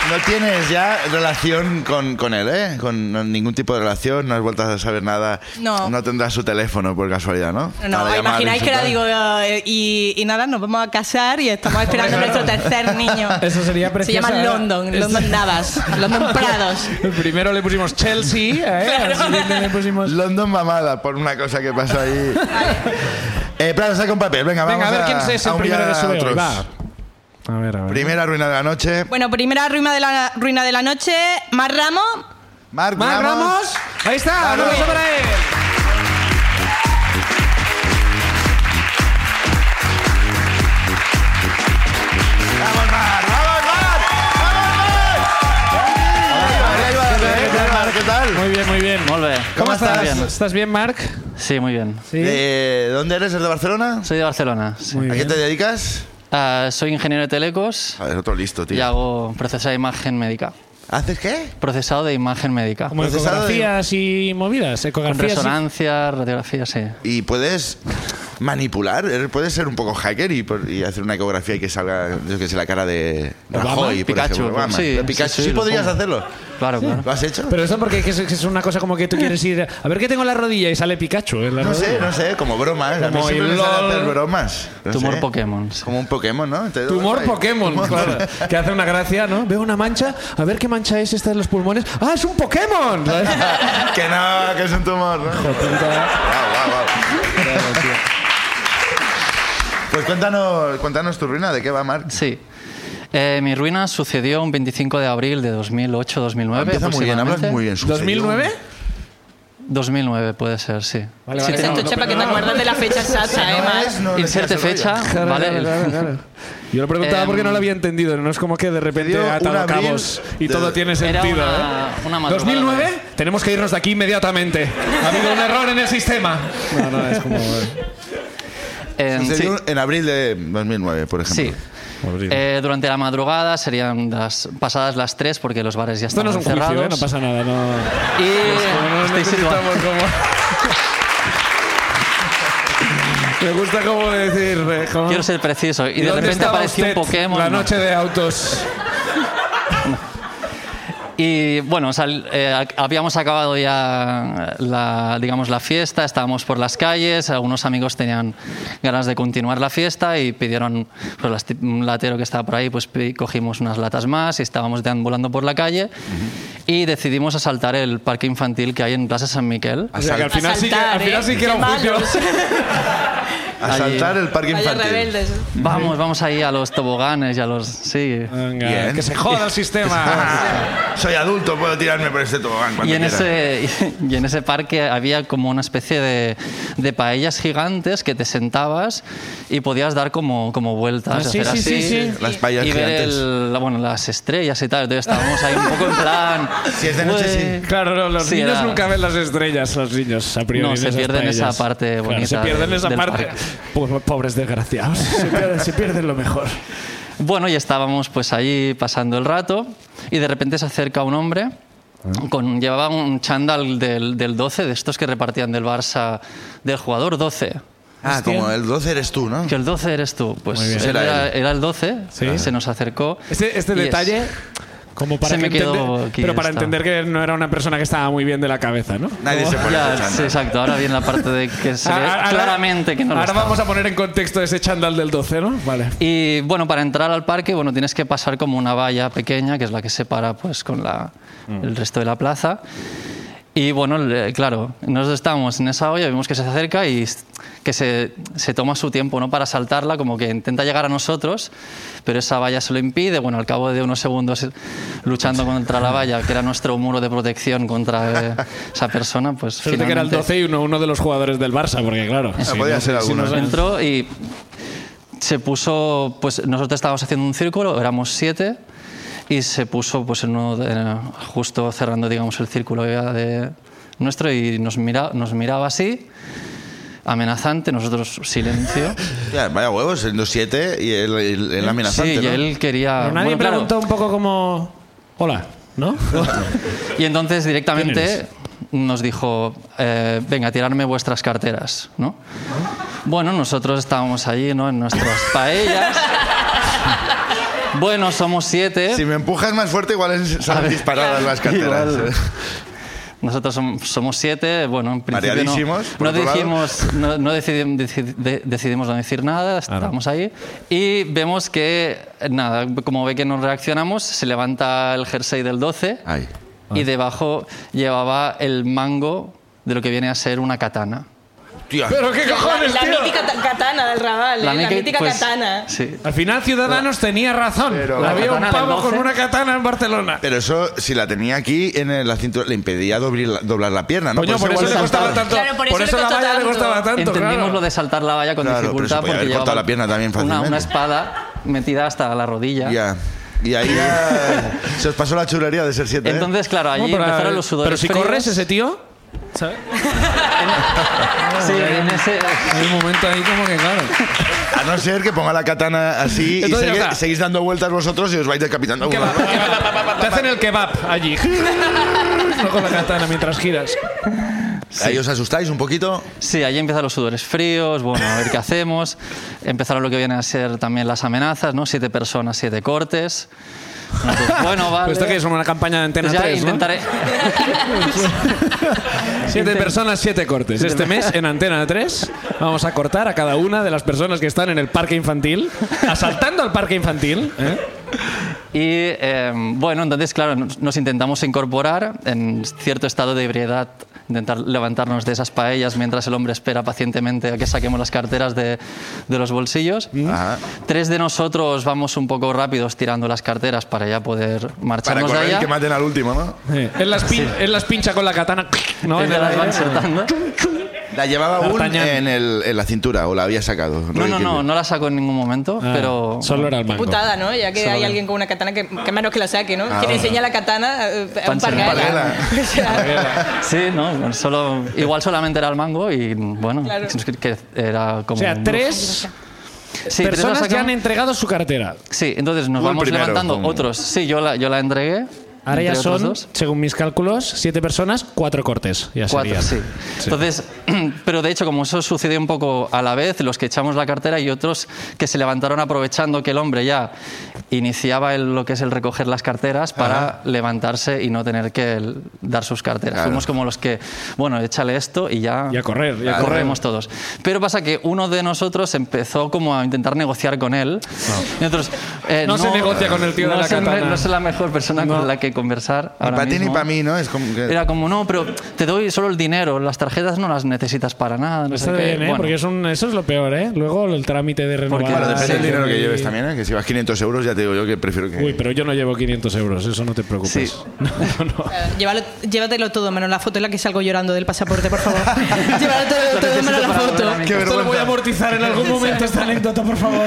Speaker 2: No tienes ya relación con, con él, ¿eh? Con no- ningún tipo de relación, no has vuelto a saber nada.
Speaker 4: No.
Speaker 2: No tendrás su teléfono por casualidad, ¿no?
Speaker 4: No,
Speaker 2: Para llamar,
Speaker 4: imagináis que ahora digo,
Speaker 2: insultar.
Speaker 4: eh, y, y nada, nos vamos a casar y estamos esperando nuestro tercer niño.
Speaker 1: Eso sería
Speaker 4: Se
Speaker 1: precioso, ¿eh?
Speaker 4: llama
Speaker 1: ¿verdad?
Speaker 4: London, London Navas, London Prados.
Speaker 1: El primero le pusimos Chelsea, ¿eh? Al siguiente le pusimos.
Speaker 2: London mamada por una cosa que pasó ahí. eh, Prada, saca un papel, venga,
Speaker 1: Venga,
Speaker 2: vamos
Speaker 1: a ver quién es
Speaker 2: a
Speaker 1: el primero
Speaker 2: humillar
Speaker 1: que
Speaker 2: a
Speaker 1: sube hoy.
Speaker 2: otros.
Speaker 1: Va. A ver, a ver.
Speaker 2: Primera ruina de la noche.
Speaker 4: Bueno, primera ruina de la, ruina de la noche, Mar Ramos.
Speaker 2: Marc
Speaker 1: ¡Más Ramos! Ahí está, un
Speaker 2: Claro.
Speaker 1: aplauso para él.
Speaker 2: ¡Vamos, Mar! ¡Vamos, Mar! ¡Vamos, Mar! Ahí va, ahí va, ahí va, ¿Qué tal?
Speaker 1: Muy bien, muy bien.
Speaker 6: bien, molt bé.
Speaker 2: ¿Cómo estás?
Speaker 6: Muy bien.
Speaker 1: ¿Estás bien, Marc?
Speaker 6: Sí, muy bien.
Speaker 1: Sí.
Speaker 2: Eh, ¿Dónde eres? ¿Eres de Barcelona?
Speaker 6: Soy de Barcelona. sí.
Speaker 1: Muy
Speaker 2: ¿A qué
Speaker 1: bien.
Speaker 2: te dedicas?
Speaker 6: Ah, soy ingeniero de telecos
Speaker 2: A ver, otro listo,
Speaker 6: y
Speaker 2: tío.
Speaker 6: hago procesado de imagen médica.
Speaker 2: ¿Haces qué?
Speaker 6: Procesado de imagen médica.
Speaker 1: Como
Speaker 2: Procesado de-
Speaker 1: ecografías y movidas.
Speaker 6: Con
Speaker 1: Ecografías. y-
Speaker 6: resonancia, radiografía, sí.
Speaker 2: ¿Y puedes manipular? ¿Eres- ¿Puedes ser un poco hacker y, por- y hacer una ecografía y que salga, yo que sé, la cara de
Speaker 1: Obama,
Speaker 2: Rajoy, por
Speaker 6: Pikachu,
Speaker 2: ejemplo? Obama.
Speaker 6: sí,
Speaker 2: De Pikachu. Sí,
Speaker 6: sí, sí, lo
Speaker 2: podrías
Speaker 6: pongo. Ah.
Speaker 2: hacerlo.
Speaker 6: Claro, claro.
Speaker 2: ¿Lo has hecho?
Speaker 1: Pero eso porque que es, que es una cosa como que tú quieres ir. A ver qué tengo en la rodilla y sale Pikachu. en la
Speaker 2: No
Speaker 1: rodilla.
Speaker 2: sé, no sé, como bromas. A mí
Speaker 1: Como
Speaker 2: siempre
Speaker 1: el
Speaker 2: me sale
Speaker 1: LOL.
Speaker 2: hacer bromas. No
Speaker 6: Tumor
Speaker 2: sé.
Speaker 6: Pokémon. sí.
Speaker 2: Como un Pokémon, ¿no? Entonces,
Speaker 1: Tumor
Speaker 2: ahí.
Speaker 1: Pokémon,
Speaker 2: Tumor-
Speaker 1: claro. Que hace una gracia, ¿no? Veo una mancha, a ver qué mancha es esta de los pulmones. ¡Ah, es un Pokémon! ¿Sabes?
Speaker 2: que no, que es un tumor, ¿no?
Speaker 1: Hijo de puta.
Speaker 2: Guau, guau, guau. Pues cuéntanos, cuéntanos tu ruina, ¿de qué va Marc?
Speaker 6: Sí. Eh, mi ruina sucedió un 25 de abril de 2008-2009.
Speaker 2: Empieza muy bien, hablas muy bien. sucedió.
Speaker 1: ¿2009?
Speaker 6: 2009 puede ser, sí.
Speaker 1: Vale,
Speaker 6: Sí,
Speaker 1: vale.
Speaker 4: Esa
Speaker 6: tengo-
Speaker 4: es tu chepa que te acuerdas de la fecha exacta, ¿eh, Mar?
Speaker 2: Es, no, no
Speaker 6: Inserte
Speaker 2: decías el
Speaker 6: fecha,
Speaker 2: rollo.
Speaker 1: Claro,
Speaker 6: ¿vale?
Speaker 1: claro, claro, claro. Yo lo preguntaba
Speaker 6: Em,
Speaker 1: porque no lo había entendido. No es como que de repente
Speaker 2: dio
Speaker 1: ha
Speaker 2: un
Speaker 1: atado
Speaker 2: abril
Speaker 1: cabos y
Speaker 2: de-
Speaker 1: todo tiene
Speaker 6: Era
Speaker 1: sentido.
Speaker 6: una,
Speaker 1: ¿eh?
Speaker 6: una madrugada.
Speaker 1: ¿2009? Tenemos que irnos de aquí inmediatamente. Ha habido un error en el sistema. No, no, es como...
Speaker 6: Eh, sí.
Speaker 2: Sucedió en abril de 2009, por ejemplo.
Speaker 6: Sí. Eh, durante la madrugada serían las pasadas las 3 porque los bares ya
Speaker 1: Esto
Speaker 6: están
Speaker 1: no es un
Speaker 6: cerrados.
Speaker 1: juicio, ¿eh? No pasa nada, no...
Speaker 6: Y
Speaker 1: Como no
Speaker 6: estoy situado.
Speaker 1: necesitamos como- Me gusta como decir... eh, como-
Speaker 6: Quiero ser preciso. Y, de
Speaker 1: dónde
Speaker 6: repente
Speaker 1: estaba
Speaker 6: apareció un
Speaker 1: usted
Speaker 6: Pokémon.
Speaker 1: La
Speaker 6: No.
Speaker 1: noche de autos.
Speaker 6: Y bueno, sal- eh, habíamos acabado ya la, digamos, la fiesta, estábamos por las calles, algunos amigos tenían ganas de continuar la fiesta y pidieron, pues las ti- un latero que estaba por ahí, pues pi- cogimos unas latas más y estábamos deambulando por la calle y decidimos asaltar el parque infantil que hay en Plaza San Miquel.
Speaker 1: O sea, que al final Ah, sí que,
Speaker 4: Asaltar,
Speaker 1: al final
Speaker 4: ¿eh?
Speaker 1: sí que era un
Speaker 4: Qué
Speaker 1: juicio.
Speaker 4: malos.
Speaker 2: Asaltar el parque
Speaker 4: Vaya
Speaker 2: infantil.
Speaker 4: rebeldes.
Speaker 6: Vamos, vamos ahí a los toboganes y a los... Sí.
Speaker 1: Venga,
Speaker 2: Bien.
Speaker 1: que se joda el sistema.
Speaker 2: Ah, soy adulto, puedo tirarme por este tobogán cuando
Speaker 6: Y en,
Speaker 2: quiera.
Speaker 6: ese, y en ese parque había como una especie de, de paellas gigantes que te sentabas y podías dar como, como vueltas.
Speaker 1: Ah, sí,
Speaker 6: hacer
Speaker 1: sí,
Speaker 6: así,
Speaker 1: sí, sí.
Speaker 2: Las payas
Speaker 6: Y ver
Speaker 2: gigantes.
Speaker 6: el- la- bueno, las estrellas y tal. Entonces estábamos ahí un poco en plan.
Speaker 2: Si es de noche,
Speaker 6: "Ué".
Speaker 1: Claro, no, los
Speaker 6: Sí,
Speaker 1: niños
Speaker 6: era-
Speaker 1: nunca ven las estrellas, los niños a priori.
Speaker 6: No,
Speaker 1: en
Speaker 6: se
Speaker 1: esas
Speaker 6: pierden esa
Speaker 1: paellas.
Speaker 6: parte
Speaker 1: Claro, se
Speaker 6: bonita
Speaker 1: pierden
Speaker 6: del-
Speaker 1: esa
Speaker 6: del
Speaker 1: parte.
Speaker 6: parque.
Speaker 1: Pues, pobres desgraciados. Se pierden, se pierden lo mejor.
Speaker 6: Bueno, y estábamos pues allí pasando el rato y de repente se acerca un hombre.
Speaker 2: Ah.
Speaker 6: Con, llevaba un chándal del, del 12, de estos que repartían del Barça, del jugador 12.
Speaker 2: Ah, como el 12 eres tú, ¿no?
Speaker 6: Que el 12 eres tú. Pues
Speaker 1: Muy bien.
Speaker 6: él
Speaker 2: Será
Speaker 6: era,
Speaker 2: él.
Speaker 6: era el 12,
Speaker 1: Sí.
Speaker 6: se nos acercó.
Speaker 1: Este, este
Speaker 6: y es-
Speaker 1: detalle, como para,
Speaker 6: Se
Speaker 1: que
Speaker 6: me quedó
Speaker 1: entender-
Speaker 6: aquí,
Speaker 1: pero
Speaker 6: ya
Speaker 1: para
Speaker 6: está.
Speaker 1: entender que no era una persona que estaba muy bien de la cabeza, ¿no?
Speaker 2: Nadie se pone
Speaker 6: Ya,
Speaker 2: escuchando.
Speaker 6: sí, exacto. Ahora viene la parte de que se ve
Speaker 1: Ah, ah,
Speaker 6: claramente que no lo
Speaker 1: Ahora
Speaker 6: estaba.
Speaker 1: vamos a poner en contexto ese chándal del 12, ¿no? Vale.
Speaker 6: Y bueno, para entrar al parque, bueno, tienes que pasar como una valla pequeña, que es la que separa pues con la,
Speaker 1: Mm.
Speaker 6: el resto de la plaza. Y bueno, le- claro, nosotros estábamos en esa olla, vemos que se acerca y s- que se, se toma su tiempo ¿no? para saltarla, como que intenta llegar a nosotros, pero esa valla se lo impide. Bueno, al cabo de unos segundos eh, luchando contra la valla, que era nuestro muro de protección contra eh, esa persona, pues
Speaker 1: Suerte que era el
Speaker 6: finalmente-
Speaker 1: 12 y uno, uno de los jugadores del Barça, porque claro.
Speaker 2: Ah, podía ser alguno.
Speaker 1: nos-
Speaker 6: entró y se puso, pues nosotros estábamos haciendo un círculo, éramos siete, y se puso pues en uno de- justo cerrando digamos el círculo ya de nuestro y nos, mira, nos miraba así, amenazante, nosotros silencio.
Speaker 2: Ya, vaya huevos, en 2-7 y el, el, el amenazante,
Speaker 6: sí,
Speaker 2: ¿no?
Speaker 6: y él quería...
Speaker 1: Pero nadie
Speaker 6: Ah, bueno, claro,
Speaker 1: preguntó un poco como. Hola, ¿no?
Speaker 6: Y entonces
Speaker 1: ¿Quién
Speaker 6: directamente
Speaker 1: eres?
Speaker 6: nos dijo, eh, venga, tirarme vuestras carteras, ¿no? Bueno, nosotros estábamos allí, ¿no? En nuestras paellas. bueno, somos siete.
Speaker 2: Si me empujas más fuerte, igual es- salen disparadas las ¿eh? carteras.
Speaker 6: Igual. Nosotros som- somos siete, bueno, en principio no,
Speaker 2: Mareadísimos, por
Speaker 6: no
Speaker 2: otro lado.
Speaker 6: dijimos, no, no decidi- deci- de- decidimos no decir nada, estábamos ahí y vemos que, eh, nada, como ve que no reaccionamos, se levanta el jersey del 12
Speaker 2: Ay.
Speaker 6: y debajo llevaba el mango de lo que viene a ser una katana.
Speaker 2: Tío,
Speaker 1: Pero qué cojones,
Speaker 4: La
Speaker 1: tío.
Speaker 4: mítica ta- katana del Raval, ¿eh? la,
Speaker 6: mica-
Speaker 4: mítica
Speaker 6: pues,
Speaker 4: katana.
Speaker 6: Sí.
Speaker 1: Al final Ciudadanos tenía razón.
Speaker 2: Pero-
Speaker 1: Había
Speaker 6: La
Speaker 1: un
Speaker 6: katana del
Speaker 1: pavo con
Speaker 6: 12.
Speaker 1: una katana en Barcelona.
Speaker 2: Pero eso, si la tenía aquí en el- la cintura, le impedía doblir la- doblar la pierna, ¿no? Pues
Speaker 1: Coño, por, eso
Speaker 2: igual
Speaker 1: le costaba
Speaker 2: saltaba.
Speaker 1: tanto.
Speaker 4: Claro, por eso le
Speaker 1: la
Speaker 4: costó
Speaker 1: valla le
Speaker 4: tanto.
Speaker 1: costaba tanto,
Speaker 6: Entendimos
Speaker 1: claro.
Speaker 6: lo de saltar la valla con
Speaker 2: Claro, pero se
Speaker 6: dificultad
Speaker 2: podía
Speaker 6: porque
Speaker 2: haber
Speaker 6: llevaba
Speaker 2: cortado la pierna también
Speaker 6: una- Una,
Speaker 2: fácilmente.
Speaker 6: espada metida hasta la rodilla.
Speaker 2: Ya. Y ahí ya se os pasó la chulería de ser ¿eh? 7.
Speaker 6: Entonces, claro, allí
Speaker 1: No, pero,
Speaker 6: empezaron los sudores
Speaker 1: pero si
Speaker 6: fríos.
Speaker 1: corres ese tío, ¿sabes?
Speaker 6: Sí,
Speaker 1: ¿eh?
Speaker 6: en ese...
Speaker 1: Hay un momento ahí como que, claro.
Speaker 2: A no ser que ponga la katana así y
Speaker 1: Entonces ya
Speaker 2: segue-
Speaker 1: está.
Speaker 2: seguís dando vueltas vosotros y os vais decapitando.
Speaker 1: Kebab, kebab. Te hacen el kebab allí. No con la katana mientras giras.
Speaker 2: Ahí os asustáis un poquito.
Speaker 6: Sí, ahí empiezan los sudores fríos, bueno, a ver qué hacemos. Empezaron lo que vienen a ser también las amenazas, ¿no? Siete personas, siete cortes. Nosotros, bueno, vale.
Speaker 1: Pues esto que es como una campaña de antena
Speaker 6: Pues ya
Speaker 1: 3, ¿no?
Speaker 6: intentaré.
Speaker 1: Siete personas, siete cortes. Este mes en Antena 3 vamos a cortar a cada una de las personas que están en el parque infantil, asaltando al parque infantil. ¿eh?
Speaker 6: Y eh, bueno, entonces, claro, nos nos intentamos incorporar en cierto estado de ebriedad, intentar levantarnos de esas paellas mientras el hombre espera pacientemente a que saquemos las carteras de, de los bolsillos.
Speaker 2: Ajá.
Speaker 6: Tres de nosotros vamos un poco rápidos tirando las carteras para ya poder
Speaker 2: Para
Speaker 6: marcharnos de
Speaker 2: correr y
Speaker 6: allá.
Speaker 2: que maten al último, ¿no?
Speaker 1: Eh, Él, las pin- él las pincha con la katana. ¿no? En
Speaker 6: Ella
Speaker 1: el
Speaker 6: las va
Speaker 2: eh.
Speaker 1: aire.
Speaker 6: insertando.
Speaker 2: La llevaba aún
Speaker 1: D'Artagnan.
Speaker 2: en, el- en la cintura o la había sacado.
Speaker 6: No,
Speaker 2: Roy
Speaker 6: no, no,
Speaker 2: Kirby.
Speaker 6: no la saco en ningún momento,
Speaker 1: Ah,
Speaker 6: pero...
Speaker 1: Solo era el mango.
Speaker 4: Putada, ¿no? Ya que
Speaker 6: Solo
Speaker 4: hay
Speaker 6: bien.
Speaker 4: alguien con una katana que, que menos que la saque, ¿no?
Speaker 2: Ah,
Speaker 4: Quien
Speaker 2: bueno.
Speaker 4: enseña la katana eh, a un
Speaker 6: Pancho
Speaker 4: parguela.
Speaker 2: Parguela.
Speaker 4: O sea,
Speaker 6: Sí, no, solo, igual solamente era el mango y bueno,
Speaker 4: Claro.
Speaker 6: que- que era como...
Speaker 1: O sea,
Speaker 6: un-
Speaker 1: tres
Speaker 6: Sí, tres la
Speaker 1: personas que
Speaker 6: sacan-
Speaker 1: han entregado su cartera.
Speaker 6: Sí, entonces nos
Speaker 2: Tú el
Speaker 6: vamos
Speaker 2: primero,
Speaker 6: levantando
Speaker 2: supongo.
Speaker 6: otros. Sí, yo la, yo la entregué.
Speaker 1: Ahora ya
Speaker 6: entre otros
Speaker 1: son,
Speaker 6: dos.
Speaker 1: según mis cálculos, siete personas, cuatro cortes. Ya
Speaker 6: Cuatro,
Speaker 1: serían.
Speaker 6: sí. Entonces, pero de hecho, como eso sucedió un poco a la vez, los que echamos la cartera y otros que se levantaron aprovechando que el hombre ya iniciaba el- lo que es el recoger las carteras para levantarse y no tener que el- dar sus carteras.
Speaker 2: Claro.
Speaker 6: Fuimos como los que, bueno, échale esto y ya...
Speaker 1: Y a correr, y a correr.
Speaker 6: corremos todos. Pero pasa que uno de nosotros empezó como a intentar negociar con él. Y otros, eh,
Speaker 1: No se negocia con el tío de
Speaker 6: no
Speaker 1: la
Speaker 6: soy-
Speaker 1: katana.
Speaker 6: No soy la mejor persona
Speaker 1: No.
Speaker 6: con la que conversar.
Speaker 2: Ni
Speaker 6: ahora
Speaker 2: para ti ni
Speaker 6: mismo.
Speaker 2: para mí, ¿no? Es como que...
Speaker 6: Era como, no, pero te doy solo el dinero, las tarjetas no las necesitas para nada. No
Speaker 1: Está
Speaker 6: sé qué.
Speaker 1: bien, ¿eh?
Speaker 6: Bueno,
Speaker 1: Porque es un- eso es lo peor, ¿eh? Luego el trámite de renovar.
Speaker 6: Porque-
Speaker 2: Bueno, depende
Speaker 6: Sí,
Speaker 2: del dinero que
Speaker 1: y-
Speaker 2: lleves también, ¿eh? Que si vas 500 euros, ya te digo yo que prefiero que...
Speaker 1: Uy, pero yo no llevo 500 euros, eso no te preocupes.
Speaker 6: Sí.
Speaker 1: No, no.
Speaker 4: llévalo- llévatelo todo menos la foto en la que salgo llorando del pasaporte, por favor. llévalo todo,
Speaker 6: Lo
Speaker 4: todo
Speaker 6: necesito
Speaker 4: menos la
Speaker 6: para
Speaker 4: foto.
Speaker 6: volver a mi casa.
Speaker 1: Esto lo voy a amortizar en algún momento, esta anécdota, por favor.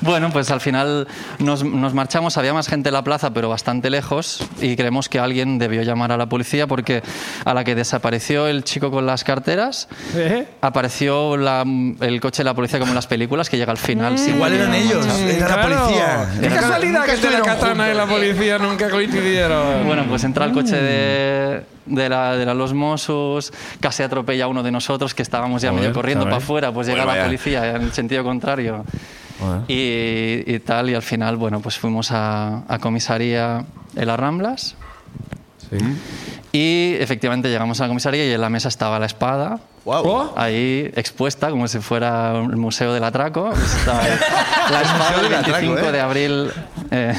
Speaker 6: Bueno, pues al final nos, nos marchamos, había más gente en la plaza, pero bastante lejos, y creemos que alguien debió llamar a la policía porque a la que desapareció el chico con las carteras,
Speaker 1: ¿Eh?
Speaker 6: apareció la- el coche de la policía como en las películas, que llega al final. sin-
Speaker 2: Mm. Igual eran ellos, era la policía.
Speaker 1: Qué
Speaker 2: Nunca-
Speaker 1: casualidad
Speaker 2: nunca
Speaker 1: que el de la
Speaker 2: estuvieron
Speaker 1: katana y la policía nunca
Speaker 2: Eh.
Speaker 1: coincidieron.
Speaker 6: Bueno, pues entra el coche de,
Speaker 2: Mm.
Speaker 6: de la, de la Los Mossos, casi atropella a uno de nosotros que estábamos ya
Speaker 1: Joder,
Speaker 6: medio corriendo
Speaker 1: chaval.
Speaker 6: para afuera, pues llega
Speaker 2: Bueno,
Speaker 6: la
Speaker 2: vaya.
Speaker 6: policía en el sentido contrario. Y, y tal, y al final, bueno, pues fuimos a, a comisaría en las Ramblas. Y efectivamente llegamos a la comisaría y en la mesa estaba la espada,
Speaker 2: Guau.
Speaker 1: Oh.
Speaker 6: ahí expuesta como si fuera el museo del atraco. Estaba ahí la espada
Speaker 2: Museo
Speaker 6: del
Speaker 2: del atraco,
Speaker 6: 25
Speaker 2: ¿eh?
Speaker 6: de abril. eh,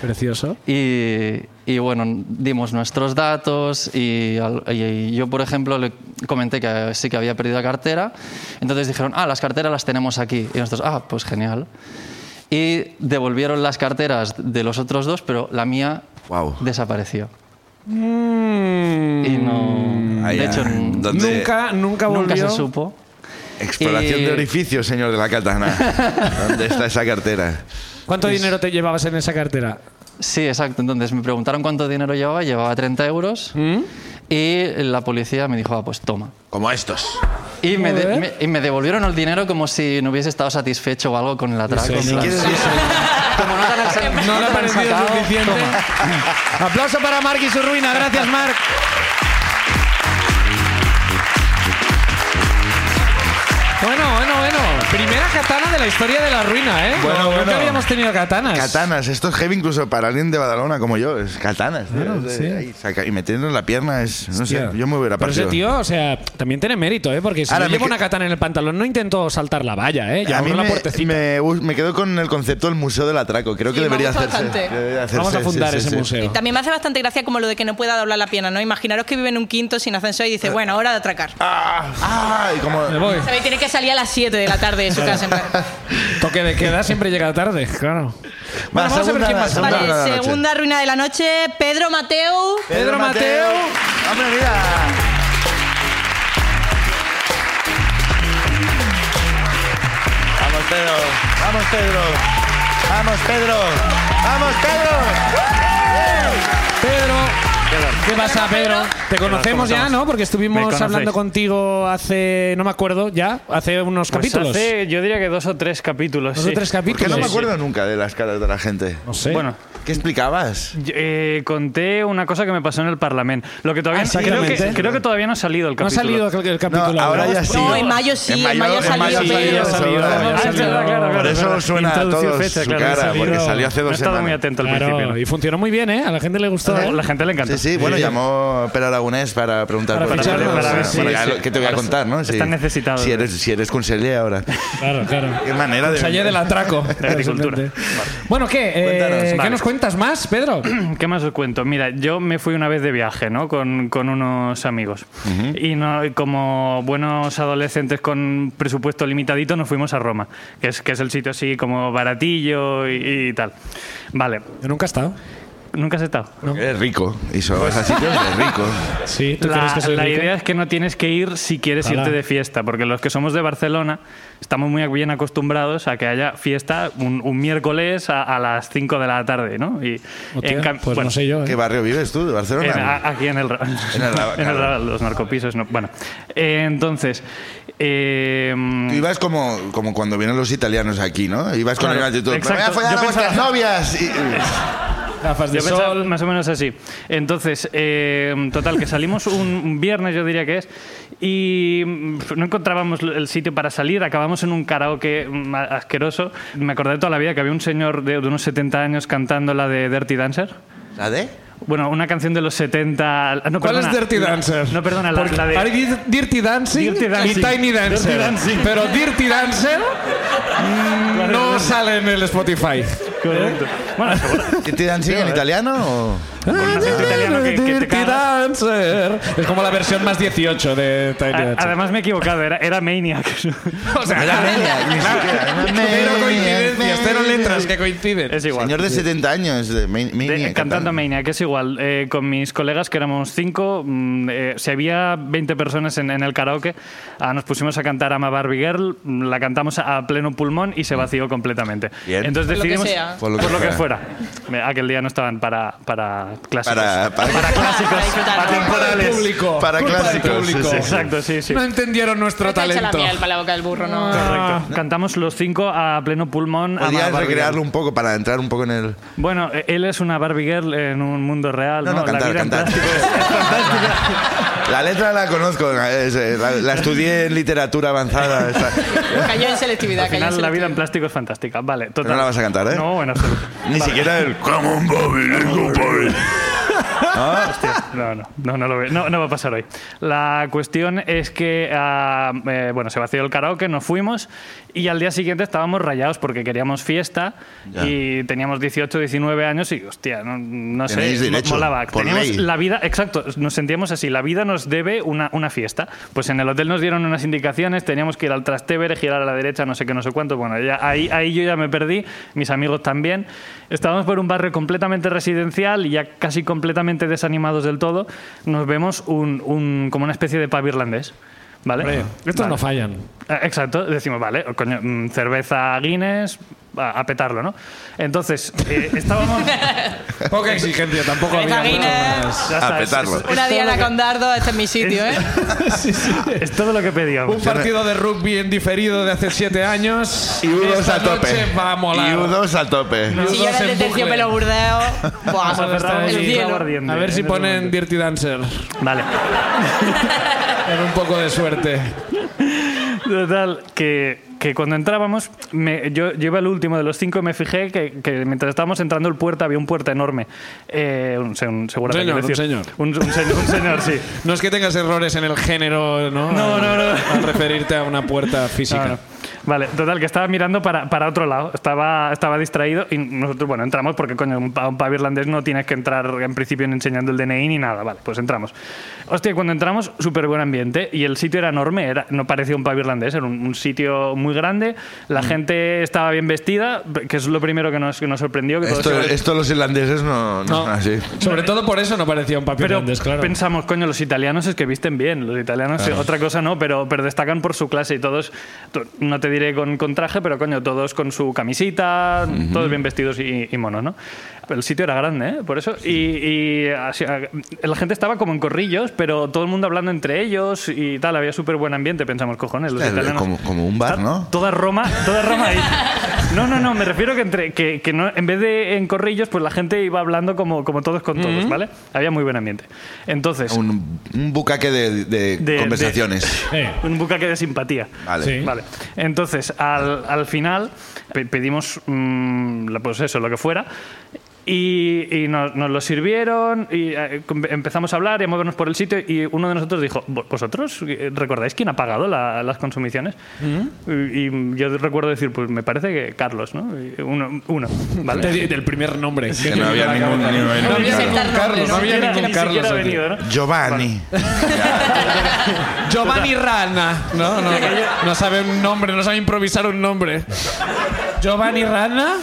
Speaker 1: Precioso.
Speaker 6: y, y, bueno, dimos nuestros datos y, al- y- y yo, por ejemplo, le comenté que sí que había perdido la cartera. Entonces dijeron, ah, las carteras las tenemos aquí. Y nosotros, ah, pues genial. Y devolvieron las carteras de los otros dos, pero la mía
Speaker 2: Guau.
Speaker 6: desapareció. Y no...
Speaker 2: Ahí,
Speaker 6: de hecho,
Speaker 2: ah,
Speaker 6: n-
Speaker 2: donde-
Speaker 1: Mm, Nunca, nunca volvió.
Speaker 6: nunca se supo.
Speaker 2: Exploración
Speaker 6: Y-
Speaker 2: de orificios, señor de la katana. ¿Dónde está esa cartera?
Speaker 1: ¿Cuánto dinero te llevabas en esa cartera?
Speaker 6: Sí, exacto. Entonces me preguntaron cuánto dinero llevaba. Llevaba 30 euros.
Speaker 1: ¿Mm?
Speaker 6: Y la policía me dijo, ah, pues toma.
Speaker 2: Como estos.
Speaker 6: Y me, de-
Speaker 1: Joder.
Speaker 6: me- y me devolvieron el dinero como si no hubiese estado satisfecho o algo con el atraco.
Speaker 1: Sí,
Speaker 6: En plan,
Speaker 1: señor.
Speaker 6: Como no te han sa-
Speaker 1: No
Speaker 6: te
Speaker 1: le ha
Speaker 6: han
Speaker 1: parecido
Speaker 6: sacado,
Speaker 1: suficiente.
Speaker 6: toma.
Speaker 1: Aplauso para Marc y su ruina. Gracias, Marc. Bueno, bueno, bueno. Primera katana de la historia de la ruina, ¿eh?
Speaker 2: Bueno,
Speaker 1: No, Nunca
Speaker 2: bueno.
Speaker 1: habíamos tenido katanas.
Speaker 2: Katanas, esto es heavy incluso para alguien de Badalona como yo. Es katanas, tío.
Speaker 1: Claro,
Speaker 2: Es
Speaker 1: sí.
Speaker 2: de ahí, saca- y metiendo en la pierna es. No
Speaker 1: Hostia.
Speaker 2: sé, yo me hubiera
Speaker 1: Pero ese
Speaker 2: partido.
Speaker 1: tío, o sea, también tiene mérito, ¿eh? Porque si
Speaker 2: Ahora
Speaker 1: yo
Speaker 2: me
Speaker 1: llevo
Speaker 2: que-
Speaker 1: una katana en el pantalón, no intento saltar la valla, ¿eh? Ya
Speaker 2: a mí
Speaker 1: abro la
Speaker 2: me,
Speaker 1: puertecita.
Speaker 2: me gu- me quedo con el concepto del Museo del Atraco. Creo que
Speaker 4: Sí, me
Speaker 2: debería
Speaker 4: gusta
Speaker 2: hacerse,
Speaker 4: bastante.
Speaker 2: debería hacerse,
Speaker 1: Vamos a
Speaker 2: sí,
Speaker 1: fundar
Speaker 2: sí,
Speaker 1: ese
Speaker 2: sí.
Speaker 1: museo.
Speaker 4: También me hace bastante gracia como lo de que no pueda doblar la pierna, ¿no? Imaginaros que vive en un quinto sin ascensor y dice, bueno, ahora de atracar.
Speaker 2: ¡Ah! ¡Ah! Y como.
Speaker 1: Me voy.
Speaker 4: ¿Sabéis? Tiene que salir a las 7 de la tarde de su casa. en plan.
Speaker 1: Toque de queda siempre llega tarde, claro. Bueno, vamos a ver
Speaker 2: segunda,
Speaker 1: quién pasa.
Speaker 2: segunda. ruina de la
Speaker 4: Vale,
Speaker 2: noche.
Speaker 4: segunda ruina de la noche, Pedro Mateu.
Speaker 1: Pedro Mateu.
Speaker 2: ¡Hombre, mira! ¡Vamos, Pedro! ¡Vamos, Pedro! ¡Vamos, Pedro! ¡Vamos, Pedro!
Speaker 1: Pedro, ¿Qué pasa, Pedro? Te conocemos ya,
Speaker 7: conocemos.
Speaker 1: ¿no? Porque
Speaker 7: Me
Speaker 1: estuvimos
Speaker 7: conocéis.
Speaker 1: hablando contigo hace, no me acuerdo ya, hace unos
Speaker 7: Pues
Speaker 1: capítulos.
Speaker 7: hace, yo diría que dos o tres capítulos.
Speaker 1: Dos
Speaker 7: sí.
Speaker 1: o tres
Speaker 2: Porque
Speaker 1: capítulos.
Speaker 2: no me acuerdo nunca de las caras de la gente.
Speaker 1: No sé.
Speaker 7: Bueno,
Speaker 2: ¿Qué explicabas?
Speaker 7: yo, eh, conté una cosa que me pasó en el Parlamento. Lo que todavía
Speaker 1: Ah,
Speaker 7: creo que,
Speaker 1: exactamente.
Speaker 7: creo que todavía no ha salido el
Speaker 1: no ha
Speaker 7: capítulo.
Speaker 1: salido el, el capítulo.
Speaker 2: No, ahora
Speaker 1: ¿verdad?
Speaker 2: ya sí.
Speaker 4: No, en mayo sí, en mayo ha salido,
Speaker 2: ha
Speaker 1: Pedro.
Speaker 2: eso,
Speaker 1: Ha salido,
Speaker 2: ¿verdad?
Speaker 1: ha
Speaker 7: Ah, es verdad,
Speaker 1: salido.
Speaker 7: claro, claro,
Speaker 2: Por
Speaker 7: es
Speaker 2: eso
Speaker 7: verdad.
Speaker 2: suena a
Speaker 7: Introdució
Speaker 2: todos
Speaker 7: fecha,
Speaker 2: su
Speaker 7: claro, ha
Speaker 2: cara, porque salió hace
Speaker 7: No
Speaker 2: dos
Speaker 7: he estado muy
Speaker 2: semanas.
Speaker 7: atento al
Speaker 1: Claro,
Speaker 7: principio.
Speaker 1: y funcionó muy bien, ¿eh? A la gente le gustó.
Speaker 7: ¿no?
Speaker 1: ¿eh?
Speaker 7: La gente le encanta.
Speaker 2: Sí, sí, bueno, llamó Per Aragonés para preguntar
Speaker 1: Para
Speaker 2: por
Speaker 1: ficharlo,
Speaker 2: Pedro.
Speaker 1: para ver
Speaker 7: si-
Speaker 2: Bueno, ya
Speaker 7: si-
Speaker 2: lo- ¿Qué te voy a
Speaker 7: ahora
Speaker 2: contar, no?
Speaker 7: está
Speaker 2: Si-
Speaker 7: necesitado.
Speaker 2: Si eres, si eres conseller ahora.
Speaker 1: Claro, claro.
Speaker 2: Qué manera de...
Speaker 1: Conseller del atraco.
Speaker 7: De agricultura.
Speaker 1: Realmente. Bueno, ¿qué? Eh,
Speaker 2: Cuéntanos,
Speaker 1: ¿Qué
Speaker 7: vale.
Speaker 1: nos cuentas más, Pedro?
Speaker 7: ¿Qué más os cuento? Mira, yo me fui una vez de viaje, ¿no? Con, con unos amigos. Y no- y como buenos adolescentes con presupuesto limitadito, nos fuimos a Roma, que es, que es el sitio así como baratillo y, y tal. Vale,
Speaker 1: Yo nunca he estado.
Speaker 7: ¿nunca has estado?
Speaker 2: Porque Eres rico. Y eso es así, eres rico.
Speaker 1: Sí, ¿tú crees
Speaker 7: La,
Speaker 1: que soy
Speaker 7: la
Speaker 1: rico?
Speaker 7: idea es que no tienes que ir si quieres
Speaker 1: Ojalá.
Speaker 7: irte de fiesta, porque los que somos de Barcelona estamos muy bien acostumbrados a que haya fiesta un, un miércoles a, a las 5 de la tarde, ¿no? Y
Speaker 1: Hostia,
Speaker 7: en cam-
Speaker 1: pues
Speaker 7: bueno,
Speaker 1: no sé yo. ¿eh?
Speaker 2: ¿Qué barrio vives tú de Barcelona?
Speaker 7: en- ah, a- aquí en el, Ra-
Speaker 2: En el Ra-
Speaker 7: en el Ra-
Speaker 2: claro.
Speaker 7: los narcopisos no bueno Eh, entonces eh,
Speaker 2: Tú ibas como, como cuando vienen los italianos aquí, ¿no? Ibas con
Speaker 7: Claro,
Speaker 2: la misma actitud.
Speaker 7: exacto.
Speaker 2: Me voy a follar
Speaker 7: Yo
Speaker 2: a vuestras
Speaker 7: pensaba-
Speaker 2: novias. Y-
Speaker 1: Gafas de
Speaker 7: yo pensaba
Speaker 1: sol.
Speaker 7: más o menos así entonces eh, total que salimos un un viernes yo diría que es y mm, no encontrábamos el sitio para salir acabamos en un karaoke mm, a- asqueroso me acordé toda la vida que había un señor de, de unos 70 años cantando la de Dirty Dancer
Speaker 2: ¿La de?
Speaker 7: bueno una canción de los 70 no,
Speaker 1: ¿Cuál
Speaker 7: perdona,
Speaker 1: es Dirty
Speaker 7: la-
Speaker 1: Dancer?
Speaker 7: no perdona la,
Speaker 1: Porque
Speaker 7: la de
Speaker 1: hay di- Dirty Dancing,
Speaker 7: Dirty Dancing.
Speaker 1: y Tiny Dancer.
Speaker 7: Dirty Dancing.
Speaker 1: Pero Dirty Dancer mm, no sale en el Spotify.
Speaker 7: Correcto. Bueno, seguro.
Speaker 2: ¿Que te dan sí en italiano o...?
Speaker 7: acento italiano que- que te
Speaker 1: Dirty
Speaker 7: cagas.
Speaker 1: Dancer. Es como la versión más 18 de Tiny
Speaker 7: A-
Speaker 1: Dancer.
Speaker 7: Además me he equivocado, era, era Maniac.
Speaker 1: o sea,
Speaker 2: Era media, ni siquiera, era
Speaker 1: cero
Speaker 2: media,
Speaker 1: coincidencias, cero
Speaker 2: media.
Speaker 1: letras que coinciden.
Speaker 7: es igual.
Speaker 2: Señor de 70 años, de Main-
Speaker 7: De-
Speaker 2: Maniac,
Speaker 7: cantando
Speaker 2: cantando.
Speaker 7: Maniac, es igual. Eh, con mis colegas, que éramos cinco, mm, eh, si había 20 personas en, en el karaoke, ah, nos pusimos a cantar Ama Barbie Girl, mm, la cantamos a, a pleno pulmón y se vació completamente.
Speaker 2: Bien.
Speaker 4: Por
Speaker 7: Entonces
Speaker 4: lo que
Speaker 7: decidimos,
Speaker 4: sea.
Speaker 2: Por lo que
Speaker 7: fuera. Eh, Aquel día no estaban para, para clásicos.
Speaker 2: Para- para-
Speaker 7: clásicos,
Speaker 4: Para disfrutar.
Speaker 7: para temporales.
Speaker 1: Público,
Speaker 2: Para
Speaker 1: culpa del
Speaker 2: clásicos, sí,
Speaker 1: público.
Speaker 2: sí,
Speaker 7: Exacto, sí, sí.
Speaker 1: No entendieron nuestro
Speaker 4: No te echa la
Speaker 1: talento.
Speaker 4: miel para la boca del burro, no.
Speaker 7: Correcto. Cantamos los cinco a pleno pulmón. Ama
Speaker 2: Podrías
Speaker 7: Barbie Girl.
Speaker 2: recrearlo un poco para entrar un poco en el...
Speaker 7: Bueno, eh, él es una Barbie girl en un mundo real,
Speaker 2: No,
Speaker 7: ¿no?
Speaker 2: no,
Speaker 7: la
Speaker 2: cantar,
Speaker 7: vida en
Speaker 2: cantar.
Speaker 7: plástico es-
Speaker 2: La letra la conozco, es, eh, la, la estudié en literatura avanzada. esta.
Speaker 4: Cayó en selectividad,
Speaker 7: Al
Speaker 4: cayó en
Speaker 7: final, la vida
Speaker 4: selectividad.
Speaker 7: en plástico es fantástica. Vale, total.
Speaker 2: no la vas a cantar, ¿eh?
Speaker 7: No, en absoluto.
Speaker 2: Ni siquiera el... Come on, Bobby, let's go, Bobby.
Speaker 7: Ah, No, no, no, no lo veo. No, no va a pasar hoy. La cuestión es que, ah, eh, bueno, se vació el karaoke, nos fuimos y al día siguiente estábamos rayados porque queríamos fiesta
Speaker 2: Ya.
Speaker 7: y teníamos 18, 19 años y, hostia, no, no sé,
Speaker 2: Tenéis
Speaker 7: mo-
Speaker 2: derecho,
Speaker 7: molaba.
Speaker 2: por
Speaker 7: Teníamos
Speaker 2: ley.
Speaker 7: la vida, exacto, nos sentíamos así, la vida nos debe una, una fiesta. Pues en el hotel nos dieron unas indicaciones, teníamos que ir al Trastevere, girar a la derecha, no sé qué, no sé cuánto. Bueno, ya, ahí, ahí yo ya me perdí, mis amigos también. Estábamos por un barrio completamente residencial y ya casi completamente desanimados del todo. Nos vemos un, un- como una especie de pub irlandés. ¿Vale?
Speaker 1: Hombre, estos
Speaker 7: Vale.
Speaker 1: no fallan.
Speaker 7: Eh, Exacto, decimos, vale, coño, mm, cerveza Guinness, a, a petarlo, ¿no? Entonces, eh, estábamos.
Speaker 1: Poca exigencia, tampoco
Speaker 4: Venga,
Speaker 1: había mucho
Speaker 4: Guinness.
Speaker 1: más.
Speaker 7: ya
Speaker 2: A
Speaker 7: sabes,
Speaker 2: petarlo.
Speaker 7: es-
Speaker 4: Una
Speaker 7: es todo
Speaker 4: diana
Speaker 7: lo que-
Speaker 4: con dardo, este es mi sitio, ¿eh?
Speaker 7: Es todo lo que pedíamos.
Speaker 1: Un partido de rugby en diferido de hace siete años.
Speaker 2: Y U2
Speaker 1: Esta
Speaker 2: a tope.
Speaker 1: noche va a molar.
Speaker 2: Y U2 a tope.
Speaker 4: Si yo
Speaker 1: Dos en
Speaker 4: era el de
Speaker 1: bucle.
Speaker 4: terciopelo burdeo,
Speaker 7: Nos aferramos
Speaker 4: ¡buah!
Speaker 7: y
Speaker 4: El cielo.
Speaker 7: aguardiente
Speaker 1: A ver si
Speaker 7: en ese
Speaker 1: ponen
Speaker 7: momento.
Speaker 1: Dirty Dancer.
Speaker 7: Vale.
Speaker 1: Con un poco de suerte.
Speaker 7: Total, que, que cuando entrábamos, me- yo, yo iba el último de los cinco y me fijé que, que mientras estábamos entrando el puerta había un puerta enorme. Eh, un, se- un- seguramente
Speaker 1: Un señor,
Speaker 7: quiero
Speaker 1: un
Speaker 7: decir. Un, un señor, un señor, sí.
Speaker 1: No es que tengas errores en el género, ¿no?
Speaker 7: No,
Speaker 1: Al-
Speaker 7: no, no.
Speaker 1: Al referirte a una puerta física.
Speaker 7: No, no. Vale, total, que estaba mirando para, para otro lado, estaba, estaba distraído y nosotros, bueno, entramos porque, coño, un, pa- un pub irlandés no tienes que entrar en principio ni enseñando el DNI ni nada, vale, pues entramos. Hostia, cuando entramos, súper buen ambiente y el sitio era enorme, era, no parecía un pub irlandés, era un, un sitio muy grande, la gente estaba bien vestida, que es lo primero que nos, que nos sorprendió. Que todos
Speaker 2: Esto,
Speaker 7: iban-
Speaker 2: esto los irlandeses no,
Speaker 1: No.
Speaker 2: no, son así.
Speaker 1: Sobre todo por eso no parecía un papel
Speaker 7: Pero
Speaker 1: irlandés, claro.
Speaker 7: pensamos, coño, los italianos es que visten bien. Los italianos, eh, otra cosa no, pero, pero destacan por su clase y todos. to- No te diré con, con traje, pero coño, todos con su camisita, todos bien vestidos y, y monos, ¿no? Pero el sitio era grande, ¿eh? Por eso. Y, y así, a- la gente estaba como en corrillos, pero todo el mundo hablando entre ellos y tal. Había súper buen ambiente, pensamos, cojones, los
Speaker 2: Claro,
Speaker 7: italianos.
Speaker 2: como- como un bar, ¿no?
Speaker 7: Toda Roma, toda Roma ahí. No, no, no, me refiero que, entre, que, que no, en vez de en corrillos, pues la gente iba hablando como, como todos con todos, ¿vale? Había muy buen ambiente. Entonces, un,
Speaker 2: Un, un bucaque de, de
Speaker 7: De-
Speaker 2: conversaciones.
Speaker 1: Eh,
Speaker 7: bucaque de simpatía.
Speaker 2: Vale.
Speaker 1: Sí.
Speaker 7: Vale. Entonces, al, al final pe- pedimos, mm, la- pues eso, lo que fuera. Y, y nos, nos lo sirvieron y eh, com- empezamos a hablar y a movernos por el sitio y uno de nosotros dijo, "¿Vo- ¿vosotros eh, recordáis quién ha pagado la- las consumiciones? Y, y yo recuerdo decir, pues me parece que Carlos, ¿no? Y Uno, uno, ¿vale.
Speaker 1: te di- del primer nombre. que
Speaker 2: Que
Speaker 1: te
Speaker 2: no había
Speaker 1: vino a la
Speaker 2: ningún-
Speaker 1: cabeza.
Speaker 2: ningún-
Speaker 1: No había
Speaker 4: Claro.
Speaker 1: ningún Carlos. No había
Speaker 7: Ni siquiera-
Speaker 1: ningún
Speaker 7: ni siquiera
Speaker 1: Carlos.
Speaker 7: ha
Speaker 1: aquí.
Speaker 7: venido, ¿no?
Speaker 2: Giovanni.
Speaker 1: Giovanni Rana. No, no, no sabe un nombre, no sabe improvisar un nombre. Giovanni Rana,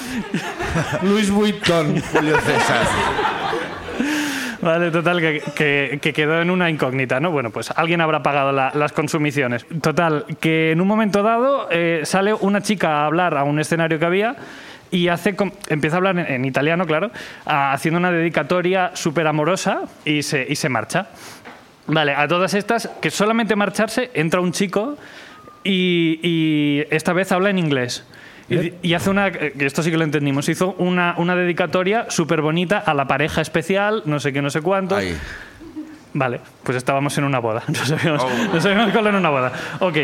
Speaker 1: Luis Vuitton.
Speaker 2: Julio César.
Speaker 7: Vale, total, que, que- que quedó en una incógnita, ¿no? Bueno, pues alguien habrá pagado la- las consumiciones. Total, que en un momento dado eh, sale una chica a hablar a un escenario que había y hace com- empieza a hablar en, en italiano, claro, a- haciendo una dedicatoria súper amorosa y se, y se marcha. Vale, a todas estas, que solamente marcharse, entra un chico y, y esta vez habla en inglés. Y, di- y hace una, eh, esto sí que lo entendimos, hizo una, una dedicatoria súper bonita a la pareja especial, no sé qué, no sé cuánto.
Speaker 2: Ahí.
Speaker 7: Vale, pues estábamos en una boda, nos habíamos,
Speaker 2: Oh.
Speaker 7: nos habíamos colado en una boda. Ok,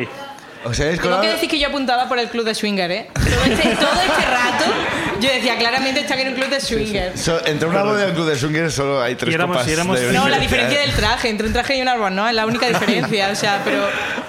Speaker 2: ¿Os habéis
Speaker 4: Tengo
Speaker 2: colado?
Speaker 4: que decir que yo apuntaba por el club de swinger, ¿eh? Todo este, todo este rato yo decía, claramente está en un club de swinger.
Speaker 2: So- entre una boda y un club de swingers solo hay tres
Speaker 7: Y éramos-
Speaker 2: copas
Speaker 7: y éramos-
Speaker 2: de
Speaker 4: No, la
Speaker 2: whisky.
Speaker 4: diferencia
Speaker 7: eh.
Speaker 4: del traje, entre un traje y un árbol, ¿no? Es la única diferencia, o sea, pero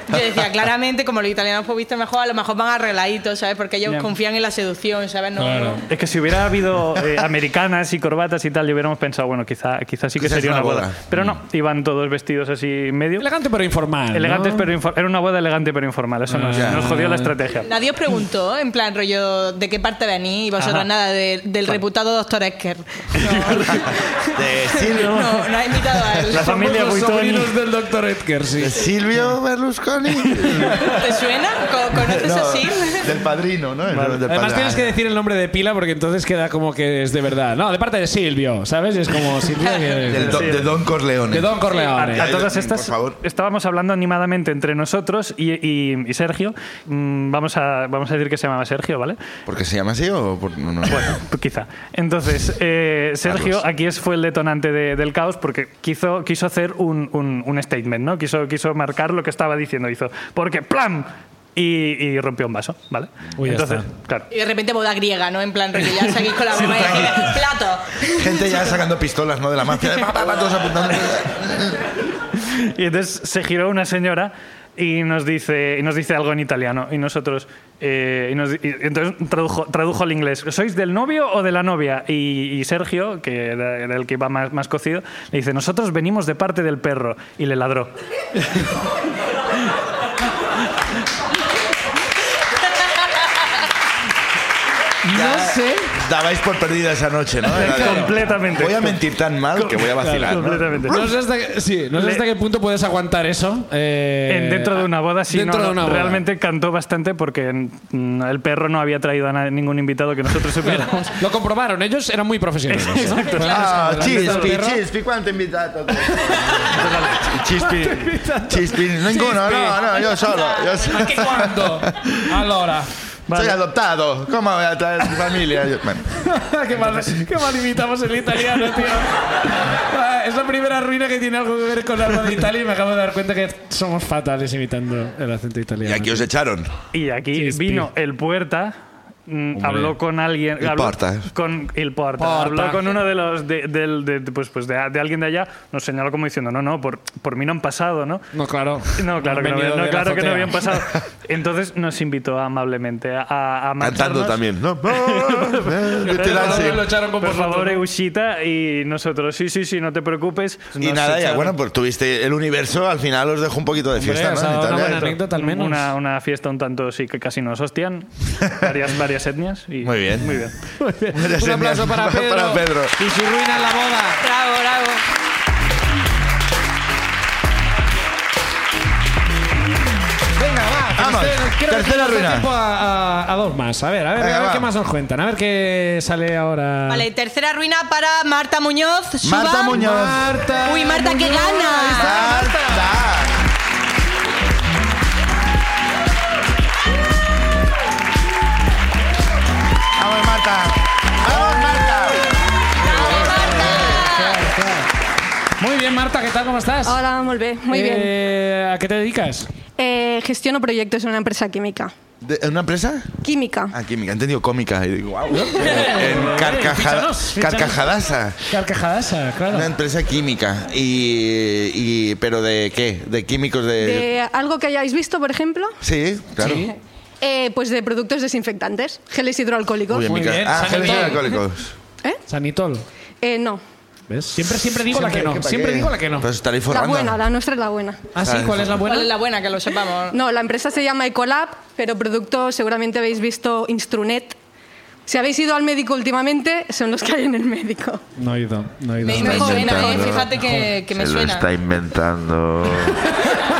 Speaker 4: yo decía, claramente, como los italianos pues visten mejor, a lo mejor van arregladitos, ¿sabes? Porque ellos
Speaker 7: Bien.
Speaker 4: confían en la seducción, ¿sabes? No,
Speaker 1: Claro.
Speaker 4: no.
Speaker 7: es que si hubiera habido eh, americanas y corbatas y tal, yo hubiéramos pensado, bueno, quizá, quizá sí que
Speaker 2: Quizás
Speaker 7: sería
Speaker 2: una
Speaker 7: una boda.
Speaker 2: boda. Mm.
Speaker 7: Pero no, iban todos vestidos así medio.
Speaker 1: Elegante pero informal. ¿no?
Speaker 7: Elegantes pero infor- Era una boda elegante pero informal, eso nos,
Speaker 2: Ya.
Speaker 7: nos jodió la estrategia.
Speaker 4: Nadie os preguntó, en plan, rollo, ¿de qué parte venís? Y vosotros
Speaker 7: Ajá.
Speaker 4: nada, de- del reputado doctor Esker.
Speaker 2: De Silvio,
Speaker 4: No, no, ha invitado a él.
Speaker 7: Eh, La familia
Speaker 1: Somos los
Speaker 7: Buitoni.
Speaker 1: sobrinos del Dr. Edgar, sí.
Speaker 2: de Silvio Berlusconi.
Speaker 4: ¿Te suena? ¿Co- ¿Conoces a
Speaker 2: No,
Speaker 4: Sil?
Speaker 2: del padrino, ¿no? El-
Speaker 7: Vale.
Speaker 2: del
Speaker 1: Además
Speaker 2: padrino.
Speaker 1: tienes que decir el nombre de pila porque entonces queda como que es de verdad. No, de parte de Silvio, ¿sabes? Es como Silvio
Speaker 2: Del
Speaker 1: que-
Speaker 2: do- de Don Corleone.
Speaker 1: de Don
Speaker 7: A, a
Speaker 1: Corleone.
Speaker 7: todas
Speaker 2: Por
Speaker 7: estas
Speaker 2: favor.
Speaker 7: estábamos hablando animadamente entre nosotros y, y- y Sergio. Mm, vamos, a, vamos a decir que se llamaba Sergio, ¿vale?
Speaker 2: ¿Porque se llama así o por- no, no?
Speaker 7: Pues quizá. Entonces, eh, Sergio,
Speaker 2: Carlos.
Speaker 7: aquí es, fue el detonante de- del caos porque quiso, quiso hacer un, un- un statement, ¿no? Quiso, quiso marcar lo que estaba diciendo. Hizo, porque ¡plam! Y, y rompió un vaso, ¿vale?
Speaker 1: Uy, ya
Speaker 7: Entonces,
Speaker 1: está.
Speaker 7: claro.
Speaker 4: Y de repente boda griega, ¿no? En plan, rollo, ya seguís con la broma y decís, plato.
Speaker 2: Gente ya sacando pistolas, ¿no? De la mafia. Pa, pa, pa, todos apuntando.
Speaker 7: Y entonces se giró una señora y nos dice, y nos dice algo en italiano. Y nosotros. eh, y nos di- y entonces tradujo, tradujo al inglés. ¿Sois del novio o de la novia? Y, y Sergio, que era, era el que iba más, más cocido, le dice: Nosotros venimos de parte del perro. Y le ladró.
Speaker 1: No sé.
Speaker 2: Dabais por perdida esa noche, ¿no? Era de-
Speaker 7: Completamente.
Speaker 2: Voy a mentir tan mal que voy a vacilar. ¿no?
Speaker 7: Completamente.
Speaker 1: No sé hasta qué, sí, no sé
Speaker 7: Le-
Speaker 1: hasta qué punto puedes aguantar eso. eh,
Speaker 7: En- dentro de una boda, sí,
Speaker 1: dentro
Speaker 7: no,
Speaker 1: de
Speaker 7: no,
Speaker 1: una boda.
Speaker 7: realmente cantó bastante porque mm, el perro no había traído a na- ningún invitado que nosotros supiéramos.
Speaker 1: Lo comprobaron, ellos eran muy profesionales. ¿no? Fueron
Speaker 2: Ah,
Speaker 1: los que hablaron
Speaker 2: Chispi,
Speaker 1: del perro.
Speaker 2: Chispi, ¿cuánto invitato? Chispi, Chispi, ninguno, no, no, yo solo. Yo solo.
Speaker 1: ¿A qué cuándo? Allora.
Speaker 2: Soy
Speaker 7: Vale.
Speaker 2: adoptado. ¿Cómo voy a traer a mi familia? Yo- bueno.
Speaker 1: qué, mal, qué mal imitamos el italiano, tío. Ah, Es la primera ruina que tiene algo que ver con algo de Italia y me acabo de dar cuenta que somos fatales imitando el acento
Speaker 2: Y
Speaker 1: italiano.
Speaker 2: aquí os echaron.
Speaker 7: Y aquí
Speaker 1: Chispi.
Speaker 7: vino el puerta. mm, Habló con alguien.
Speaker 2: El
Speaker 7: habló
Speaker 2: Porta.
Speaker 7: Con el porta.
Speaker 1: Porta.
Speaker 7: Habló con uno de los. De, del- de- de- pues, pues de, de alguien de allá. Nos señaló como diciendo: No, no, por, por mí no han pasado, ¿no?
Speaker 1: No, claro.
Speaker 7: No, claro, que no,
Speaker 1: Venido de
Speaker 7: no,
Speaker 1: la
Speaker 7: claro que no
Speaker 1: azotea.
Speaker 7: habían pasado. Entonces nos invitó amablemente a, a
Speaker 2: Cantando
Speaker 7: marcharnos.
Speaker 2: también, ¿no? Vete,
Speaker 1: Pero
Speaker 2: lance.
Speaker 1: no lo echaron con
Speaker 7: Por
Speaker 1: vosotros.
Speaker 7: favor, Eushita, y nosotros, sí, sí, sí, no te preocupes.
Speaker 2: Y
Speaker 7: Nos
Speaker 2: nada, ya,
Speaker 7: echaron
Speaker 2: bueno, pues tuviste el universo, al final os dejó un poquito de
Speaker 1: Hombre,
Speaker 2: fiesta,
Speaker 1: os ha
Speaker 2: ¿no? En
Speaker 1: dado una
Speaker 2: Italia.
Speaker 1: buena anécdota al menos.
Speaker 7: Una, una fiesta un tanto, sí, que casi nos hostian. Varias, varias etnias. Y,
Speaker 2: Muy bien.
Speaker 7: Muy bien.
Speaker 2: Muchas
Speaker 1: Un aplauso
Speaker 2: gracias.
Speaker 1: para Pedro,
Speaker 2: Para Pedro.
Speaker 1: y su ruina en la boda.
Speaker 4: Bravo, bravo.
Speaker 2: Venga, va. Vamos,
Speaker 1: creo que
Speaker 2: tercera
Speaker 1: nos da
Speaker 2: ruina.
Speaker 1: tiempo a, a- a dos más. A ver, a ver,
Speaker 2: Venga,
Speaker 1: a ver
Speaker 2: va.
Speaker 1: qué más nos cuentan. A ver qué sale ahora.
Speaker 4: Vale, tercera ruina para Marta Muñoz. Suba.
Speaker 2: Marta Muñoz. Ah,
Speaker 1: Marta.
Speaker 4: Uy, Marta, que
Speaker 1: Muñoz.
Speaker 4: gana.
Speaker 1: Ahí está.
Speaker 2: Marta. Vamos, Marta. Vamos, Marta.
Speaker 1: Muy bien, Marta, ¿qué tal? ¿Cómo estás?
Speaker 8: Hola, molt bé, muy bien.
Speaker 1: Eh, ¿A qué te dedicas?
Speaker 8: Eh, gestiono proyectos en una empresa química.
Speaker 2: ¿De- ¿En una empresa?
Speaker 8: Química.
Speaker 2: Ah, química, he entendido cómica. Y digo, wow. En carcajada,
Speaker 1: Fíchanos, fíchanos.
Speaker 2: carcajadasa.
Speaker 1: Carcajadasa, Ah, claro.
Speaker 2: Una empresa química. Y, y- ¿Pero de qué? ¿De químicos de...?
Speaker 8: De algo que hayáis visto, por ejemplo,
Speaker 2: Sí, claro.
Speaker 1: Sí.
Speaker 8: eh, pues de productos desinfectantes, geles hidroalcohólicos.
Speaker 2: Uy, en
Speaker 1: Muy
Speaker 2: mi ca-
Speaker 1: bien,
Speaker 2: Ah,
Speaker 1: sale
Speaker 2: geles
Speaker 1: todo.
Speaker 2: alcohólicos.
Speaker 8: ¿Eh?
Speaker 1: Sanitol.
Speaker 8: Eh, no,
Speaker 1: ¿Ves? Siempre, siempre digo la que no.
Speaker 2: ¿para qué?
Speaker 1: Siempre digo la que no.
Speaker 2: Pues estaréis
Speaker 8: la
Speaker 2: forrando.
Speaker 8: buena, la nuestra es la buena.
Speaker 1: Ah, sí, ¿cuál es la buena?
Speaker 4: ¿Cuál es la buena? Que lo sepamos.
Speaker 8: No, la empresa se llama Ecolab, pero producto seguramente habéis visto Instrunet. Si habéis ido al médico últimamente, son los que hay en el médico.
Speaker 1: No he ido, no he ido.
Speaker 4: Me, me
Speaker 2: Está
Speaker 4: suena, eh,
Speaker 2: inventando.
Speaker 4: fíjate que, que me
Speaker 2: Se lo
Speaker 4: suena.
Speaker 2: está inventando.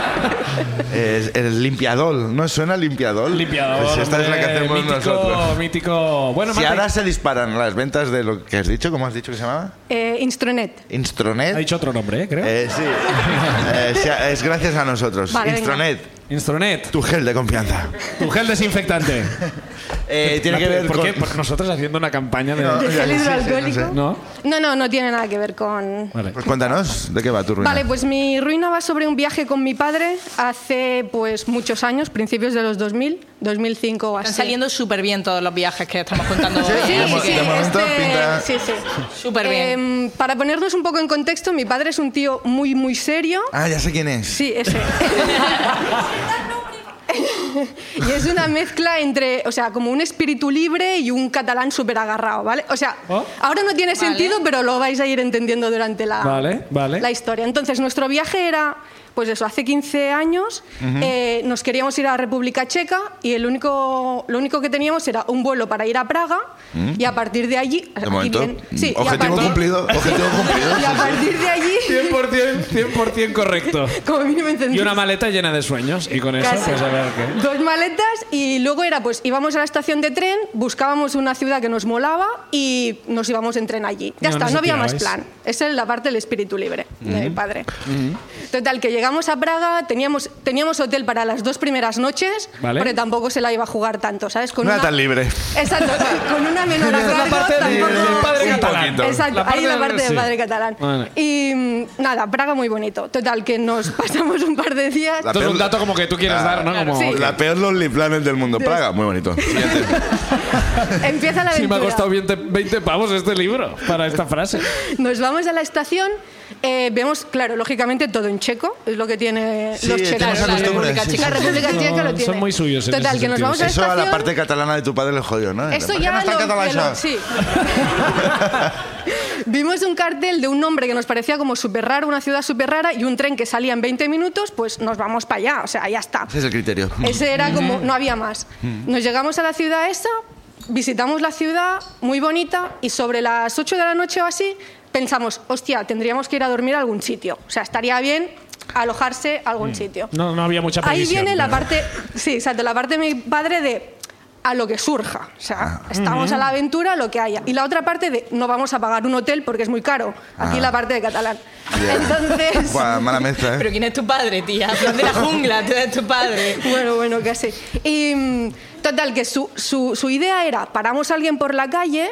Speaker 2: es, el limpiadol. ¿No suena limpiadol?
Speaker 1: Limpiador.
Speaker 2: Pues esta es la que
Speaker 1: hombre,
Speaker 2: hacemos
Speaker 1: mítico,
Speaker 2: nosotros.
Speaker 1: Mítico. Bueno,
Speaker 2: Si
Speaker 1: Marta,
Speaker 2: ahora se disparan las ventas de lo que has dicho, ¿cómo has dicho que se llamaba?
Speaker 8: Eh, Instrunet.
Speaker 2: Instronet.
Speaker 1: ha dicho otro nombre, ¿eh? creo.
Speaker 2: Eh, sí. Eh, sí, es gracias a nosotros.
Speaker 8: Vale, venga.
Speaker 2: Instronet,
Speaker 1: Instronet,
Speaker 2: tu gel de confianza.
Speaker 1: tu gel desinfectante.
Speaker 2: Eh, tiene que ver
Speaker 1: ¿Por
Speaker 2: con...
Speaker 1: qué? Porque nosotros haciendo una campaña de...
Speaker 2: No,
Speaker 8: ¿De
Speaker 2: ya,
Speaker 8: gel
Speaker 2: sí, sí, no
Speaker 8: hidroalcohólico?
Speaker 2: sé.
Speaker 1: ¿No?
Speaker 8: No, no, no tiene nada que ver con...
Speaker 1: Vale.
Speaker 2: Pues cuéntanos, ¿de qué va tu ruina?
Speaker 8: Vale, pues mi ruina va sobre un viaje con mi padre hace pues muchos años, principios de los 2000, 2005 o así.
Speaker 4: Están saliendo súper bien todos los viajes que estamos contando. ¿eh?
Speaker 2: Sí,
Speaker 8: Sí,
Speaker 2: de mo-
Speaker 8: sí,
Speaker 2: de momento
Speaker 8: este-
Speaker 2: pinta-
Speaker 8: sí, sí.
Speaker 4: Súper bien.
Speaker 8: Em, para ponernos un poco en contexto, mi padre es un tío muy, muy serio.
Speaker 2: Ah, ya sé quién es.
Speaker 8: Sí, ese. y es una mezcla entre, o sea, como un espíritu libre y un catalán súper agarrado, ¿vale? O sea,
Speaker 1: Oh.
Speaker 8: ahora no tiene
Speaker 4: Vale.
Speaker 8: sentido, pero lo vais a ir entendiendo durante la,
Speaker 1: Vale, vale.
Speaker 8: la historia. Entonces, nuestro viaje era, pues eso, hace 15 años eh, nos queríamos ir a la República Checa y el único, lo único que teníamos era un vuelo para ir a Praga y a partir de allí...
Speaker 2: Mm. De
Speaker 8: aquí
Speaker 2: momento.
Speaker 8: viene- sí, y a
Speaker 2: objetivo
Speaker 8: partir-
Speaker 2: cumplido. Objetivo cumplido.
Speaker 8: Y a partir de allí,
Speaker 1: 100%, 100 correcto.
Speaker 8: como mínimo entendí.
Speaker 1: Y una maleta llena de sueños. Y con eso,
Speaker 8: Casi.
Speaker 1: pues a ver qué.
Speaker 8: Dos maletas y luego era, pues íbamos a la estación de tren, buscábamos una ciudad que nos molaba y nos íbamos en tren allí. Ya
Speaker 1: No,
Speaker 8: está,
Speaker 1: no
Speaker 8: no,
Speaker 1: se
Speaker 8: había más
Speaker 1: tirabais.
Speaker 8: plan. Esa es la parte del espíritu libre de mi padre. Total, que llegamos a Praga, teníamos, teníamos hotel para las dos primeras noches,
Speaker 1: Vale.
Speaker 8: porque tampoco se la iba a jugar tanto, ¿sabes? Con
Speaker 2: No era tan libre.
Speaker 8: Exacto, con una menor a
Speaker 1: Esa es la
Speaker 8: cargo
Speaker 1: parte de-
Speaker 8: tampoco...
Speaker 1: del padre
Speaker 8: Sí.
Speaker 1: catalán.
Speaker 2: poquito.
Speaker 8: Exacto,
Speaker 1: La parte
Speaker 8: ahí la
Speaker 1: del-
Speaker 8: parte del
Speaker 1: sí.
Speaker 8: padre catalán.
Speaker 1: Vale.
Speaker 8: Y mm, nada, Praga muy bonito. Total, que nos pasamos un par de días.
Speaker 2: La
Speaker 1: Esto es
Speaker 2: peor-
Speaker 1: un dato como que tú quieres
Speaker 2: Ah,
Speaker 1: dar, ¿no? Como,
Speaker 8: Sí.
Speaker 2: La peor Lonely Planet del mundo. Praga, muy bonito.
Speaker 8: Empieza la aventura.
Speaker 1: Sí, me ha costado 20, 20 pavos este libro para esta frase.
Speaker 8: Nos vamos a la estación, eh, vemos, claro, lógicamente todo en checo, es lo que tiene
Speaker 2: Sí,
Speaker 8: los
Speaker 2: tenemos
Speaker 8: checos.
Speaker 2: esa
Speaker 8: La
Speaker 2: costumbre,
Speaker 8: República
Speaker 2: sí,
Speaker 8: Checa,
Speaker 2: sí, sí.
Speaker 8: República
Speaker 1: Son-
Speaker 8: Checa lo
Speaker 1: son
Speaker 8: tiene.
Speaker 1: muy suyos en
Speaker 8: Total,
Speaker 1: ese
Speaker 8: que nos
Speaker 1: sentido.
Speaker 8: vamos a la
Speaker 2: Eso a
Speaker 8: estación.
Speaker 2: la parte catalana de tu padre le jodió, ¿no?
Speaker 8: Esto
Speaker 2: ¿Por qué
Speaker 8: ya
Speaker 2: no está
Speaker 8: lo-
Speaker 2: catalán
Speaker 8: que lo-
Speaker 2: això?
Speaker 8: sí. Vimos un cartel de un nombre que nos parecía como súper raro, una ciudad súper rara, y un tren que salía en 20 minutos, pues nos vamos para allá, o sea, ya está.
Speaker 2: Ese es el criterio.
Speaker 8: Ese
Speaker 1: Mm.
Speaker 8: era como, no había más. Nos llegamos a la ciudad esa, visitamos la ciudad, muy bonita, y sobre las 8 de la noche o así, pensamos, hostia, tendríamos que ir a dormir a algún sitio. O sea, estaría bien alojarse a algún sitio.
Speaker 1: Mm. No, no había mucha
Speaker 8: Ahí
Speaker 1: previsión,
Speaker 8: viene la
Speaker 1: pero-
Speaker 8: parte, sí, exacto, la parte de mi padre de a lo que surja. O
Speaker 1: Ah.
Speaker 8: sea, estamos a
Speaker 1: Mm.
Speaker 8: la aventura, a lo que haya. Y la otra parte de no vamos a pagar un hotel porque es muy caro. Aquí
Speaker 2: Ah.
Speaker 8: la parte de catalán.
Speaker 2: Ya.
Speaker 8: Entonces...
Speaker 2: Buah, mala mezcla, ¿eh?
Speaker 4: Pero ¿quién es tu padre, tía? Plan de la jungla, tú eres tu padre.
Speaker 8: Bueno, bueno, casi. Y mm, total, que su, su, su idea era, paramos a alguien por la calle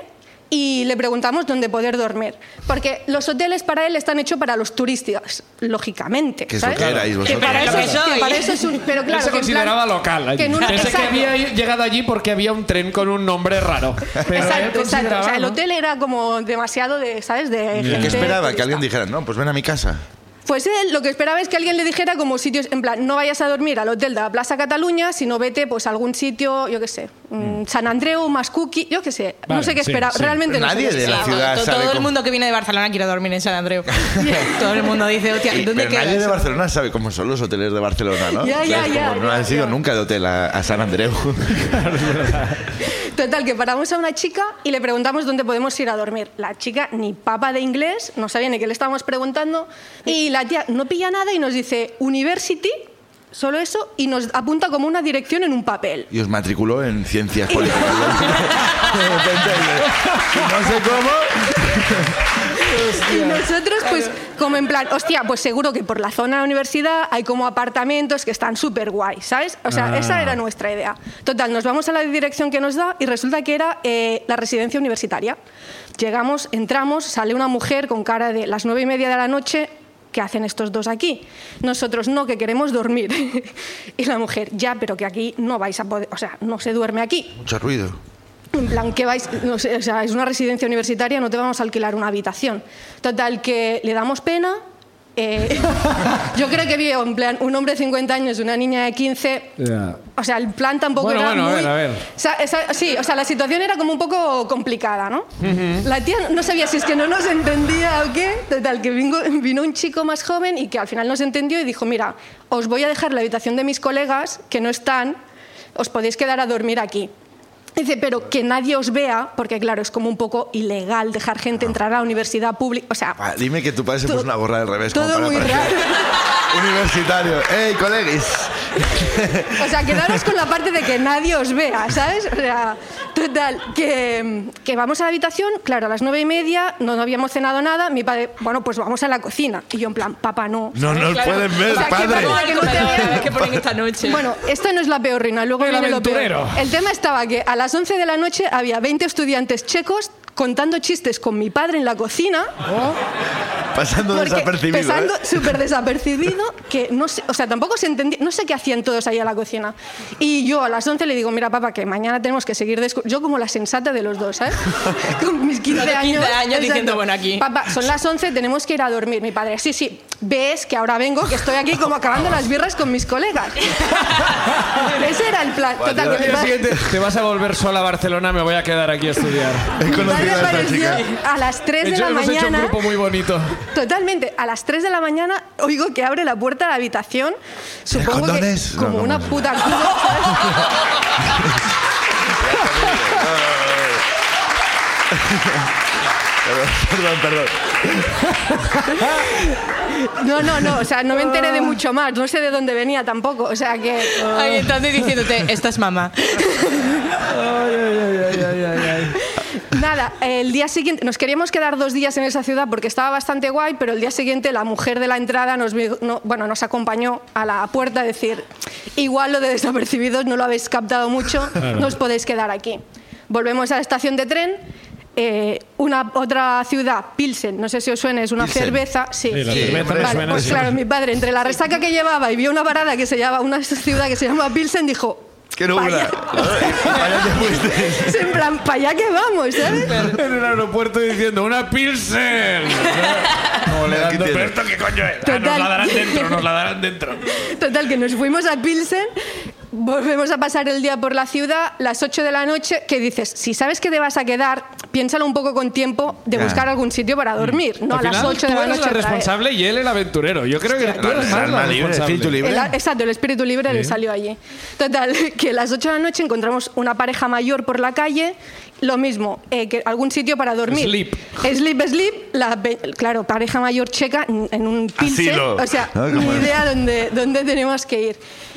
Speaker 8: y le preguntamos dónde poder dormir. Porque los hoteles para él están hechos para los turistas, lógicamente.
Speaker 2: Que es lo
Speaker 8: ¿sabes?
Speaker 2: que erais
Speaker 8: Que
Speaker 2: vosotros.
Speaker 8: para eso,
Speaker 4: Claro.
Speaker 8: que para eso es un... Pero
Speaker 1: Él
Speaker 8: claro,
Speaker 1: se
Speaker 8: que en
Speaker 1: consideraba
Speaker 8: plan-
Speaker 1: local. allí.
Speaker 8: que en una-
Speaker 1: Pensé que
Speaker 8: exacto.
Speaker 1: había llegado allí porque había un tren con un nombre raro. Pero él
Speaker 8: Exacto, exacto. O sea,
Speaker 1: consideraba,
Speaker 8: el
Speaker 1: ¿no?
Speaker 8: hotel era como demasiado de, ¿sabes? De gente
Speaker 2: ¿Qué esperaba? Que
Speaker 8: turista.
Speaker 2: alguien dijera, no, pues ven a mi casa.
Speaker 8: Pues él lo que esperaba es que alguien le dijera como sitios, en plan, no vayas a dormir al hotel de la Plaza Cataluña, sino vete pues a algún sitio, yo qué sé, mm, San Andreu, Mascuqui, yo qué sé,
Speaker 1: Vale,
Speaker 8: no sé qué
Speaker 1: sí,
Speaker 8: esperaba,
Speaker 1: sí.
Speaker 8: realmente no sé
Speaker 2: Nadie
Speaker 8: qué
Speaker 2: de la
Speaker 8: esperaba.
Speaker 2: ciudad
Speaker 4: todo,
Speaker 2: sabe
Speaker 4: todo el
Speaker 2: cómo-
Speaker 4: mundo que viene de Barcelona quiere dormir en San Andreu. todo el mundo dice, hostia,
Speaker 2: Y-
Speaker 4: ¿dónde
Speaker 2: pero nadie de
Speaker 4: quedas?
Speaker 2: Barcelona sabe cómo son los hoteles de Barcelona, ¿no?
Speaker 8: Ya, ya,
Speaker 2: Claro,
Speaker 8: ya,
Speaker 2: como No
Speaker 8: ya,
Speaker 2: han sido
Speaker 8: ya.
Speaker 2: nunca de hotel a, a San Andreu.
Speaker 8: Total, que paramos a una chica y le preguntamos dónde podemos ir a dormir. La chica, ni papa de inglés, no sabía ni qué le estábamos preguntando, y la tía no pilla nada y nos dice, University Solo eso y nos apunta como una dirección en un papel.
Speaker 2: Y os matriculó en ciencias políticas. De repente, no sé cómo.
Speaker 8: Y nosotros, pues, como en plan, hostia, pues seguro que por la zona de la universidad hay como apartamentos que están súper guay, ¿sabes? O sea, esa era nuestra idea. Total, nos vamos a la dirección que nos da y resulta que era eh, la residencia universitaria. Llegamos, entramos, sale una mujer con cara de las nueve y media de la noche. ¿Qué hacen estos dos aquí? Nosotros no, que queremos dormir. y la mujer, ya, pero que aquí no vais a poder, o sea, no se duerme aquí.
Speaker 2: Mucho ruido.
Speaker 8: En plan, que vais, no sé, o sea, es una residencia universitaria, no te vamos a alquilar una habitación. Total, que le damos pena. eh, yo creo que vio, en plan, un hombre de 50 años y una niña de 15.
Speaker 1: Ya.
Speaker 8: O sea, el plan tampoco
Speaker 1: Bueno,
Speaker 8: era
Speaker 1: bueno, a
Speaker 8: muy...
Speaker 1: ver, a ver.
Speaker 8: O sea, esa- sí, o sea, la situación era como un poco complicada, ¿no? La tía no sabía si es que no nos entendía o qué. Total, que vino, vino un chico más joven y que al final nos entendió y dijo, mira, os voy a dejar la habitación de mis colegas que no están, os podéis quedar a dormir aquí. Dice, pero que nadie os vea, porque claro, es como un poco ilegal dejar gente entrar a la universidad pública. O sea,
Speaker 2: Ah, dime que tu padre se
Speaker 8: Todo-
Speaker 2: puso una gorra del
Speaker 1: pues
Speaker 2: revés. como
Speaker 8: todo
Speaker 2: para
Speaker 8: muy
Speaker 2: parecer
Speaker 8: raro.
Speaker 2: Universitario. ¡Ey, colegas!
Speaker 8: O sea, quedaros con la parte de que nadie os vea, ¿sabes? O sea, total, que, que vamos a la habitación, claro, a las nueve y media, no, no habíamos cenado nada, mi padre, bueno, pues vamos a la cocina. Y yo en plan, papá, no.
Speaker 2: No nos pueden ver,
Speaker 8: O sea, que
Speaker 2: padre.
Speaker 8: para que no te vean.
Speaker 9: que ponen esta noche.
Speaker 8: Bueno, esta no es la peor ruina, luego
Speaker 1: El
Speaker 8: viene lo
Speaker 1: aventurero.
Speaker 8: peor. El tema estaba que a las 11 de la noche había 20 estudiantes checos contando chistes con mi padre en la cocina.
Speaker 2: Pasando
Speaker 8: Porque
Speaker 2: desapercibido. ¿eh?
Speaker 8: Pesando súper desapercibido, que no sé, o sea, tampoco se entendía, no sé qué hacían todos ahí a la cocina. Y yo a las 11 le digo, mira, papá, que mañana tenemos que seguir descu-". Yo como la sensata de los dos, ¿sabes? Con mis 15
Speaker 9: Los de 15
Speaker 8: años.
Speaker 9: años
Speaker 8: exacto.
Speaker 9: diciendo, bueno, aquí.
Speaker 8: Papá, son las 11, tenemos que ir a dormir. Mi padre, sí, sí, ves que ahora vengo, que estoy aquí como acabando las birras con mis colegas. Ese era el plan.
Speaker 2: Guau,
Speaker 8: Total,
Speaker 2: tío,
Speaker 8: que mi
Speaker 2: el
Speaker 8: padre-
Speaker 1: Te vas a volver sola a Barcelona, me voy a quedar aquí a estudiar.
Speaker 2: He
Speaker 8: mi padre
Speaker 2: conocido a esta
Speaker 8: apareció
Speaker 2: chica.
Speaker 8: a las 3 de
Speaker 1: Hecho,
Speaker 8: la
Speaker 1: hemos hecho un
Speaker 8: mañana.
Speaker 1: grupo muy bonito.
Speaker 8: Totalmente. A las 3 de la mañana oigo que abre la puerta de la habitación. Supongo que
Speaker 2: condones? No,
Speaker 8: como
Speaker 2: no,
Speaker 8: una
Speaker 2: no.
Speaker 8: puta culo, ¿sabes?
Speaker 2: Perdón, perdón.
Speaker 8: No, no, no. O sea, no me enteré de mucho más. No sé de dónde venía tampoco. O sea que.
Speaker 9: Ahí entonces diciéndote, esta es mamá.
Speaker 8: Nada, el día siguiente. Nos queríamos quedar dos días en esa ciudad porque estaba bastante guay, pero el día siguiente la mujer de la entrada nos, vi- no- bueno, nos acompañó a la puerta a decir: Igual lo de desapercibidos no lo habéis captado mucho, no os podéis quedar aquí. Volvemos a la estación de tren. eh, una otra ciudad, Pilsen, no sé si os suena, es una
Speaker 2: Pilsen.
Speaker 8: cerveza. Sí,
Speaker 1: Sí, la
Speaker 2: Sí,
Speaker 1: cerveza me
Speaker 2: hombre,
Speaker 8: Vale,
Speaker 1: suena,
Speaker 8: pues
Speaker 1: sí.
Speaker 8: claro, mi padre, entre la resaca que llevaba y vio una parada que se llama, una ciudad que se llama Pilsen, dijo.
Speaker 2: Quiero
Speaker 8: "Pa'
Speaker 2: una.
Speaker 8: allá".
Speaker 2: Vaya te fuiste.
Speaker 8: Es en plan, para allá que vamos, ¿eh?". ¿sabes?
Speaker 1: En el aeropuerto diciendo ¡Una Pilsen! Como le
Speaker 2: Mira, aquí
Speaker 1: dando,
Speaker 2: tienes.
Speaker 1: "¿Pero esto qué coño es? Ah, nos
Speaker 8: Total.
Speaker 1: la darán dentro, nos la darán dentro.
Speaker 8: Total, que nos fuimos a Pilsen, volvemos a pasar el día por la ciudad, las 8 de la noche, que dices, si sabes que te vas a quedar, piénsalo un poco con tiempo de
Speaker 2: Ya.
Speaker 8: buscar algún sitio para dormir, no
Speaker 1: Mm. Al
Speaker 8: a las
Speaker 1: final,
Speaker 8: 8 de
Speaker 1: tú
Speaker 8: la
Speaker 1: eres
Speaker 8: noche.
Speaker 1: la
Speaker 8: otra vez.
Speaker 1: responsable y él el aventurero. Yo creo que tú eres más
Speaker 2: Alma
Speaker 1: la
Speaker 2: libre, espíritu
Speaker 1: responsable.
Speaker 2: libre.
Speaker 8: El- exacto, el espíritu libre le salió allí. Total, que a las 8 de la noche encontramos una pareja mayor por la calle, lo mismo, eh, que algún sitio para dormir.
Speaker 1: Sleep.
Speaker 8: Sleep, sleep. La, pe- claro, pareja mayor checa en en un pilsen.
Speaker 2: Asilo.
Speaker 8: O sea,
Speaker 2: Ah, qué
Speaker 8: ni
Speaker 2: bueno.
Speaker 8: idea dónde, dónde tenemos que ir.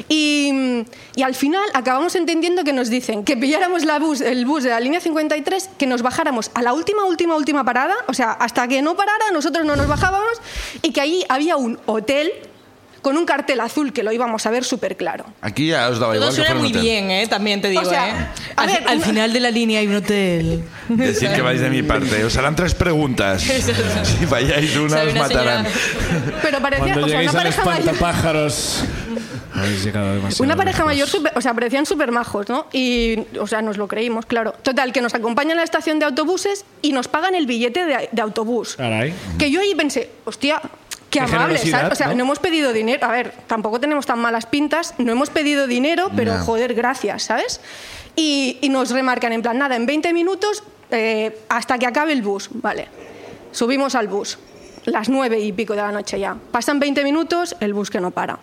Speaker 8: Y, mm, y al final acabamos entendiendo que nos dicen que pilláramos la bus, el bus de la línea 53, que nos bajáramos a la última, última, última parada, o sea, hasta que no parara, nosotros no nos bajábamos, y que allí había un hotel con un cartel azul que lo íbamos a ver súper claro.
Speaker 2: Aquí ya os daba
Speaker 9: Todo
Speaker 2: igual que
Speaker 9: suena
Speaker 2: fuera un
Speaker 9: muy
Speaker 2: hotel.
Speaker 9: bien, ¿eh? También te digo,
Speaker 8: sea,
Speaker 9: ¿eh?
Speaker 8: a
Speaker 9: Al,
Speaker 8: ver,
Speaker 9: al
Speaker 8: una-
Speaker 9: final de la línea hay un hotel.
Speaker 2: Decir que vais de mi parte. Os harán tres preguntas. Si falláis
Speaker 9: O sea,
Speaker 2: una,
Speaker 9: hay
Speaker 2: os
Speaker 9: una señora-
Speaker 2: matarán.
Speaker 8: Pero parecía, o sea, una pareja mayor.
Speaker 1: espantapájaros, habéis llegado demasiado
Speaker 8: Una pareja
Speaker 1: lejos.
Speaker 8: mayor, súper- o sea, parecían súper majos, ¿no? Y, o sea, nos lo creímos, claro. Total, que nos acompañan a la estación de autobuses y nos pagan el billete de, de autobús.
Speaker 1: Caray.
Speaker 8: Que yo ahí pensé, hostia, qué
Speaker 1: Qué
Speaker 8: amables,
Speaker 1: generosidad,
Speaker 8: ¿sabes? O sea,
Speaker 1: ¿no?
Speaker 8: ¿no? hemos pedido dinero. A ver, tampoco tenemos tan malas pintas, no hemos pedido dinero, pero
Speaker 2: No.
Speaker 8: joder, gracias, ¿sabes? Y, y nos remarcan en plan, nada, en 20 minutos eh, hasta que acabe el bus, ¿vale? Subimos al bus, las 9 y pico de la noche ya. Pasan 20 minutos, el bus que no para.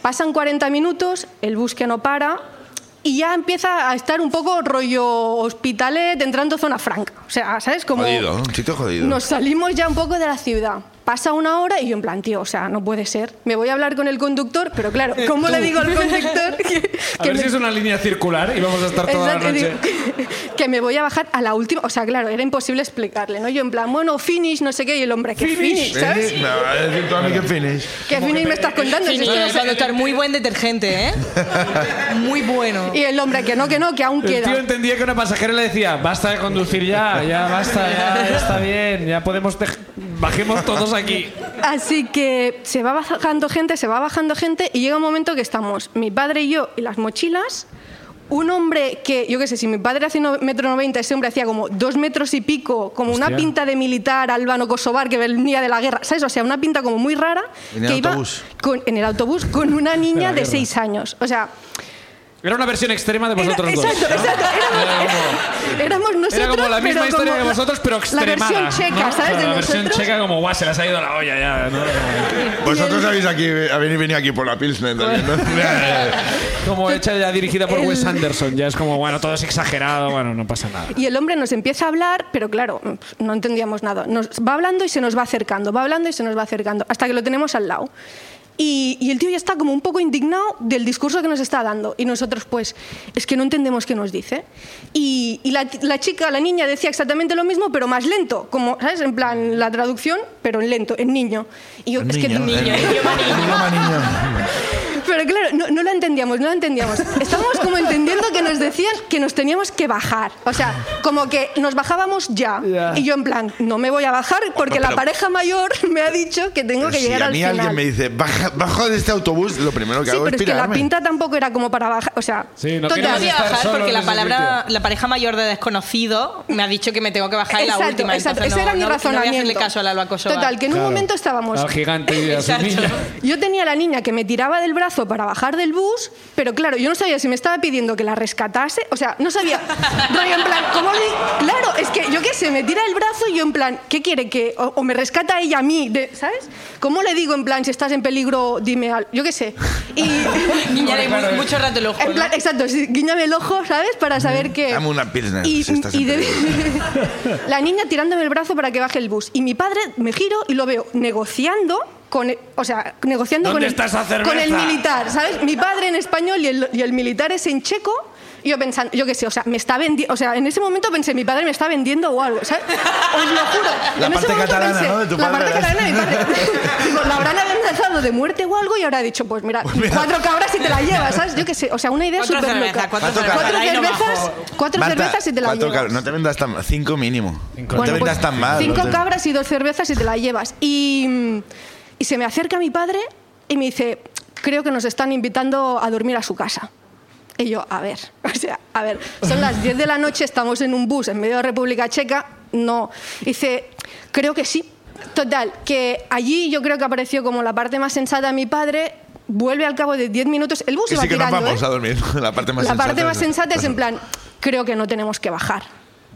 Speaker 8: Pasan 40 minutos, el bus que no para. Y ya empieza a estar un poco rollo hospitalet, entrando zona franca. O sea, ¿sabes? Como
Speaker 2: Jodido, un sitio jodido.
Speaker 8: nos salimos ya un poco de la ciudad. pasa una hora y yo en plan, tío, o sea, no puede ser. Me voy a hablar con el conductor, pero claro, ¿cómo le digo al conductor que,
Speaker 1: Eh, A
Speaker 8: que
Speaker 1: ver
Speaker 8: me-
Speaker 1: si es una línea circular y vamos a estar toda
Speaker 8: Exacto,
Speaker 1: la
Speaker 8: y
Speaker 1: noche.
Speaker 8: digo, que me voy a bajar a la última. O sea, claro, era imposible explicarle, ¿no? Yo en plan, bueno, finish, no sé qué, y el hombre, ¿qué finish? ¿Sabes?
Speaker 2: Me va a decir tú a mí que finish.
Speaker 8: ¿Qué finish me estás contando? Si
Speaker 9: Sí,
Speaker 8: esto no
Speaker 9: el
Speaker 8: sé-
Speaker 9: conductor, muy buen detergente, ¿eh? Muy bueno.
Speaker 8: Y el hombre, que no, que no, que aún
Speaker 1: El tío
Speaker 8: queda.
Speaker 1: entendía que una pasajera le decía, basta de conducir ya, ya basta, ya, ya está bien, ya podemos, dej- bajemos todos aquí.
Speaker 8: Así que se va bajando gente, se va bajando gente, y llega un momento que estamos mi padre y yo y las mochilas. Un hombre que, yo qué sé, si mi padre hace 1,90 metro noventa, ese hombre hacía como dos metros y pico, como una
Speaker 1: Hostia.
Speaker 8: pinta de militar albano-kosovar que venía de la guerra, ¿sabes? O sea, una pinta como muy rara.
Speaker 2: Venía en
Speaker 8: que iba
Speaker 2: autobús.
Speaker 8: con- en el autobús con una niña de
Speaker 1: guerra.
Speaker 8: seis años. O sea,
Speaker 1: Era una versión extrema de vosotros
Speaker 8: era-
Speaker 1: dos.
Speaker 8: exacto, exacto. Éramos, éramos nosotros,
Speaker 1: Era como la misma
Speaker 8: pero
Speaker 1: historia
Speaker 8: como
Speaker 1: que
Speaker 8: la-
Speaker 1: vosotros, pero extremada.
Speaker 8: La versión checa,
Speaker 1: ¿no?
Speaker 8: ¿sabes?
Speaker 1: O sea,
Speaker 8: De
Speaker 1: la versión
Speaker 8: nosotros.
Speaker 1: checa como, guau, se les ha ido la olla ya. ¿no?
Speaker 2: Vosotros habéis aquí, habéis venido aquí por la Pilsner también, ¿no?
Speaker 1: Como hecha ya dirigida por
Speaker 8: El-
Speaker 1: Wes Anderson, ya es como, bueno, todo es exagerado, bueno, no pasa nada.
Speaker 8: Y el hombre nos empieza a hablar, pero claro, no entendíamos nada. Nos va hablando y se nos va acercando, va hablando y se nos va acercando, hasta que lo tenemos al lado. Y, y el tío ya está como un poco indignado del discurso que nos está dando. Y nosotros, pues, es que no entendemos qué nos dice. Y, y la, la chica, la niña, decía exactamente lo mismo, pero más lento. Como, ¿sabes? En plan, la traducción, pero en lento, en niño. Y yo, es que
Speaker 2: niño. Idioma niño.
Speaker 8: pero claro, no, no lo entendíamos, no lo entendíamos. Estábamos como entendiendo que nos decían que nos teníamos que bajar. O sea, como que nos bajábamos ya.
Speaker 1: Ya.
Speaker 8: Y yo en plan, no me voy a bajar porque
Speaker 2: Pero-
Speaker 8: la pareja mayor me ha dicho que tengo
Speaker 2: Pero
Speaker 8: que
Speaker 2: si
Speaker 8: llegar
Speaker 2: Pues a
Speaker 8: al
Speaker 2: mí
Speaker 8: final.
Speaker 2: alguien me dice, baja, bajo de este autobús, lo primero que
Speaker 8: sí,
Speaker 2: hago
Speaker 8: pero
Speaker 2: es
Speaker 8: es que la
Speaker 2: pirarme.
Speaker 8: pinta tampoco era como para bajar. O sea,
Speaker 1: Sí, no
Speaker 9: Yo me
Speaker 8: total.
Speaker 1: querías
Speaker 9: voy a
Speaker 1: estar
Speaker 9: bajar
Speaker 1: solo
Speaker 9: porque
Speaker 1: en
Speaker 9: la
Speaker 1: ese
Speaker 9: palabra, la pareja mayor de desconocido me ha dicho que me tengo que bajar en la
Speaker 8: Exacto,
Speaker 9: última.
Speaker 8: exacto.
Speaker 9: entonces
Speaker 8: Ese era
Speaker 9: no-
Speaker 8: mi
Speaker 9: no- no voy a hacerle
Speaker 8: razonamiento.
Speaker 9: caso al Alba Kosovar.
Speaker 8: Total, que en un
Speaker 1: Claro.
Speaker 8: momento estábamos.
Speaker 1: Al gigante y a su
Speaker 9: Exacto.
Speaker 1: niña.
Speaker 8: Yo tenía a la niña que me tiraba del brazo para bajar del bus, pero claro, yo no sabía si me estaba pidiendo que la rescatase, o sea, no sabía. Rollo, en plan, ¿cómo le- Claro, es que yo qué sé, me tira el brazo y yo en plan, ¿qué quiere que o, o me rescata ella a mí, de- ¿sabes? ¿Cómo le digo en plan si estás en peligro, dime algo, yo qué sé? Y
Speaker 9: Niña de
Speaker 1: Hombre, claro,
Speaker 9: mu-
Speaker 1: es-
Speaker 9: mucho rato el ojo.
Speaker 8: en plan,
Speaker 9: ¿no?
Speaker 8: exacto, sí, guiñame el ojo, ¿sabes? Para saber que
Speaker 2: Dame una pilsner,
Speaker 8: y,
Speaker 2: si estás
Speaker 8: y
Speaker 2: en
Speaker 8: de-
Speaker 2: peligro.
Speaker 8: la niña tirándome el brazo para que baje el bus. Y mi padre me giro y lo veo negociando con. O sea, negociando con
Speaker 1: ¿Dónde
Speaker 8: el,
Speaker 1: está esa cerveza?
Speaker 8: con el militar, ¿sabes? Mi padre en español y el, y el militar es en checo. Y yo pensando, yo qué sé, o sea, me está vendiendo. O sea, en ese momento pensé, mi padre me está vendiendo o algo, ¿sabes? Os lo juro.
Speaker 2: La
Speaker 8: en ese
Speaker 2: parte
Speaker 8: momento
Speaker 2: catalana,
Speaker 8: pensé,
Speaker 2: ¿no? de tu
Speaker 8: La
Speaker 2: padre.
Speaker 8: parte catalana de mi padre. Digo, la habrán amenazado de muerte o algo y habrá dicho, pues mira,
Speaker 2: mira.
Speaker 8: cuatro cabras y te la llevas, ¿sabes? Yo qué sé, o sea, una idea
Speaker 9: Cuatro
Speaker 8: súper
Speaker 9: cervezas,
Speaker 8: loca.
Speaker 9: cuatro
Speaker 2: Cuatro
Speaker 9: cervezas.
Speaker 8: Cuatro
Speaker 9: ahí no
Speaker 8: cervezas,
Speaker 9: bajo.
Speaker 8: cuatro
Speaker 2: Marta,
Speaker 8: cervezas y te la
Speaker 2: cuatro
Speaker 8: llevas.
Speaker 2: cabras. No te vendas tan mal. Cinco mínimo. no te
Speaker 8: Bueno,
Speaker 2: vendas
Speaker 8: pues,
Speaker 2: tan mal.
Speaker 8: Cinco
Speaker 2: no te-
Speaker 8: cabras y dos cervezas y te la llevas. Y, y se me acerca mi padre y me dice, creo que nos están invitando a dormir a su casa. Y yo, a ver, o sea, a ver, son las 10 de la noche, estamos en un bus en medio de República Checa, no. Dice, creo que sí. Total, que allí yo creo que apareció como la parte más sensata de mi padre, vuelve al cabo de 10 minutos, el bus
Speaker 2: Y
Speaker 8: iba
Speaker 2: sí que nos
Speaker 8: tirando,
Speaker 2: vamos
Speaker 8: ¿eh?
Speaker 2: a dormir. La parte más
Speaker 8: la
Speaker 2: sensata.
Speaker 8: parte más
Speaker 2: es-
Speaker 8: sensata es en plan, creo que no tenemos que bajar.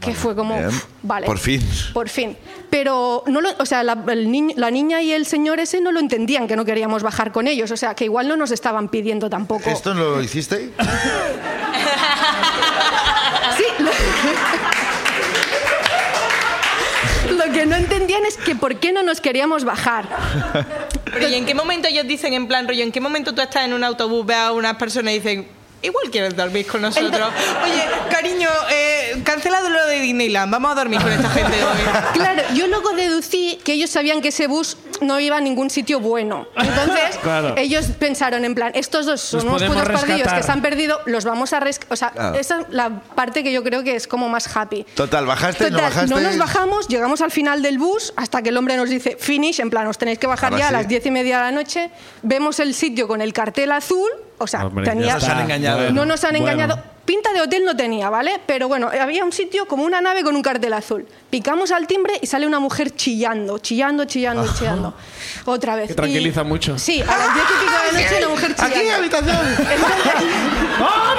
Speaker 8: Que fue como,
Speaker 2: bien.
Speaker 8: "Uf, vale.
Speaker 2: Por fin.
Speaker 8: Por fin. Pero, no lo- o sea, la, el ni- la niña y el señor ese no lo entendían que no queríamos bajar con ellos. O sea, que igual no nos estaban pidiendo tampoco.
Speaker 2: ¿Esto lo hiciste?
Speaker 8: Sí. Lo... lo que no entendían es que por qué no nos queríamos bajar.
Speaker 9: Pero ¿y en qué momento ellos dicen en plan rollo? ¿En qué momento tú estás en un autobús, ves a unas personas y dicen, igual quieres dormir con nosotros? Oye, cariño, eh, cancelado lo de Disneyland, vamos a dormir con esta gente hoy.
Speaker 8: Claro, yo luego deducí que ellos sabían que ese bus no iba a ningún sitio bueno. Entonces,
Speaker 1: Claro.
Speaker 8: ellos pensaron en plan, estos dos son
Speaker 1: Los
Speaker 8: unos
Speaker 1: podemos
Speaker 8: putos pardillos
Speaker 1: rescatar.
Speaker 8: que se han perdido, los vamos a rescatar. O sea,
Speaker 2: Claro.
Speaker 8: esa es la parte que yo creo que es como más happy.
Speaker 2: Total, bajaste, no
Speaker 8: Total,
Speaker 2: bajaste.
Speaker 8: no nos bajamos, llegamos al final del bus hasta que el hombre nos dice finish, en plan, os tenéis que bajar
Speaker 2: Ahora
Speaker 8: ya
Speaker 2: sí.
Speaker 8: a las diez y media de la noche. Vemos el sitio con el cartel azul, o sea,
Speaker 1: Hombre,
Speaker 8: tenía,
Speaker 1: ya está.
Speaker 2: engañado.
Speaker 8: no nos han
Speaker 1: Bueno.
Speaker 8: engañado. Pinta de hotel no tenía, ¿vale? Pero bueno, había un sitio como una nave con un cartel azul. Picamos al timbre y sale una mujer chillando, chillando, chillando, chillando. Otra vez.
Speaker 1: Que tranquiliza mucho.
Speaker 8: Sí, a las diez y pico de la noche una mujer chillando.
Speaker 2: Aquí, habitación.
Speaker 1: ¡Oh,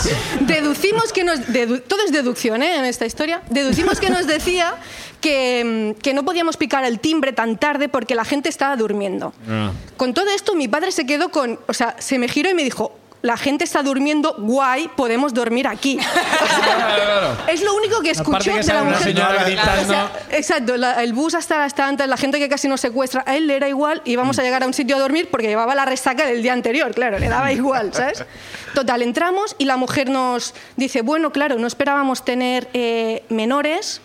Speaker 1: bienvenidos!
Speaker 8: Deducimos que nos. dedu- todo es deducción, ¿eh? En esta historia. Deducimos que nos decía que, mm, que no podíamos picar el timbre tan tarde porque la gente estaba durmiendo.
Speaker 1: Ah.
Speaker 8: Con todo esto, mi padre se quedó con. O sea, se me giró y me dijo. La gente está durmiendo, guay, podemos dormir aquí.
Speaker 1: Claro, claro.
Speaker 8: Es lo único que
Speaker 1: Aparte
Speaker 8: escucho
Speaker 1: que
Speaker 8: de
Speaker 1: sale
Speaker 8: la
Speaker 1: una
Speaker 8: mujer.
Speaker 1: señora
Speaker 8: O
Speaker 1: gritando.
Speaker 8: sea, exacto, la- el bus hasta las tantas, la gente que casi nos secuestra, a él le era igual y íbamos a llegar a un sitio a dormir porque llevaba la resaca del día anterior, claro, le daba igual, ¿sabes? Total, entramos y la mujer nos dice, bueno, claro, no esperábamos tener eh, menores,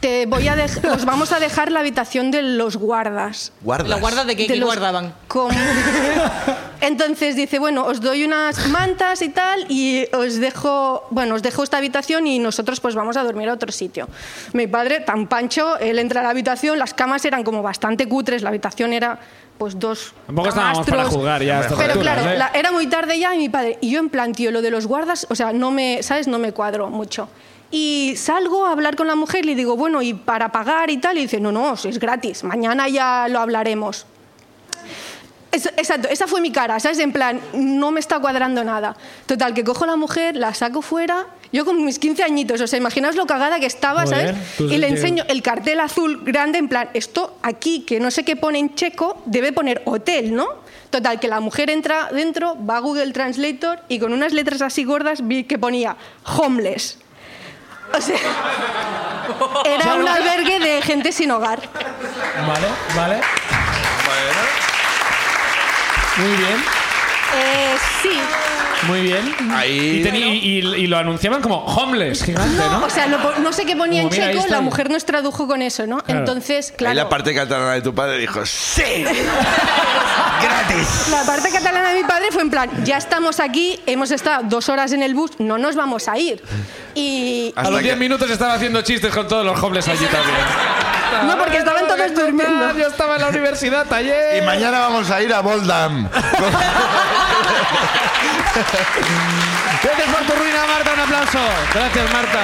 Speaker 8: te voy a dej- os vamos a dejar la habitación de los guardas.
Speaker 2: Guardas.
Speaker 9: ¿Los guardas de qué,
Speaker 8: De
Speaker 9: qué
Speaker 8: los-
Speaker 9: guardaban?
Speaker 8: Como- Entonces dice, bueno, os doy unas mantas y tal y os dejo, bueno, os dejo esta habitación y nosotros pues vamos a dormir a otro sitio. Mi padre, tan pancho, él entra a la habitación, las camas eran como bastante cutres, la habitación era pues dos
Speaker 1: Tampoco estábamos
Speaker 8: camastros.
Speaker 1: para jugar ya a estas
Speaker 8: Pero
Speaker 1: alturas,
Speaker 8: claro,
Speaker 1: ¿eh?
Speaker 8: la- era muy tarde ya y mi padre y yo en plan, tío, lo de los guardas, o sea, no me, ¿sabes? No me cuadro mucho. Y salgo a hablar con la mujer y le digo, bueno, y para pagar y tal, y dice, no, no, si es gratis, mañana ya lo hablaremos. Es- exacto, esa fue mi cara, ¿sabes? En plan, no me está cuadrando nada. Total, que cojo a la mujer, la saco fuera, yo con mis 15 añitos, o sea, imaginaos lo cagada que estaba,
Speaker 1: Joder,
Speaker 8: ¿sabes?
Speaker 1: tú sí
Speaker 8: Y le
Speaker 1: que-
Speaker 8: enseño el cartel azul grande, en plan, esto aquí, que no sé qué pone en checo, debe poner hotel, ¿no? Total, que la mujer entra dentro, va a Google Translator y con unas letras así gordas vi que ponía homeless. O sea, era un albergue de gente sin hogar.
Speaker 1: Vale, vale. Muy bien,
Speaker 8: Eh, sí.
Speaker 1: muy bien. Y,
Speaker 2: Ahí.
Speaker 1: teni- y- y- y lo anunciaban como homeless, gigante, ¿no?
Speaker 8: O sea, lo po- no sé qué ponía
Speaker 1: Como,
Speaker 8: en
Speaker 1: mira, ahí
Speaker 8: checo,
Speaker 1: está.
Speaker 8: la mujer nos tradujo con eso, ¿no?
Speaker 1: Claro.
Speaker 8: Entonces, claro.
Speaker 2: Ahí la parte catalana de tu padre dijo, ¡Sí! ¡Gratis!
Speaker 8: la parte catalana de mi padre fue en plan, ya estamos aquí, hemos estado dos horas en el bus, no nos vamos a ir. Y...
Speaker 1: a
Speaker 2: Hasta
Speaker 1: los
Speaker 2: que-
Speaker 1: 10 minutos estaba haciendo chistes con todos los homeless allí también.
Speaker 8: No, porque estaban todos
Speaker 1: Total,
Speaker 8: durmiendo.
Speaker 1: Yo estaba en la universidad
Speaker 2: Y
Speaker 1: ayer.
Speaker 2: mañana vamos a ir a Boldam.
Speaker 1: Gracias por tu ruina, Marta. Un aplauso. Gracias, Marta.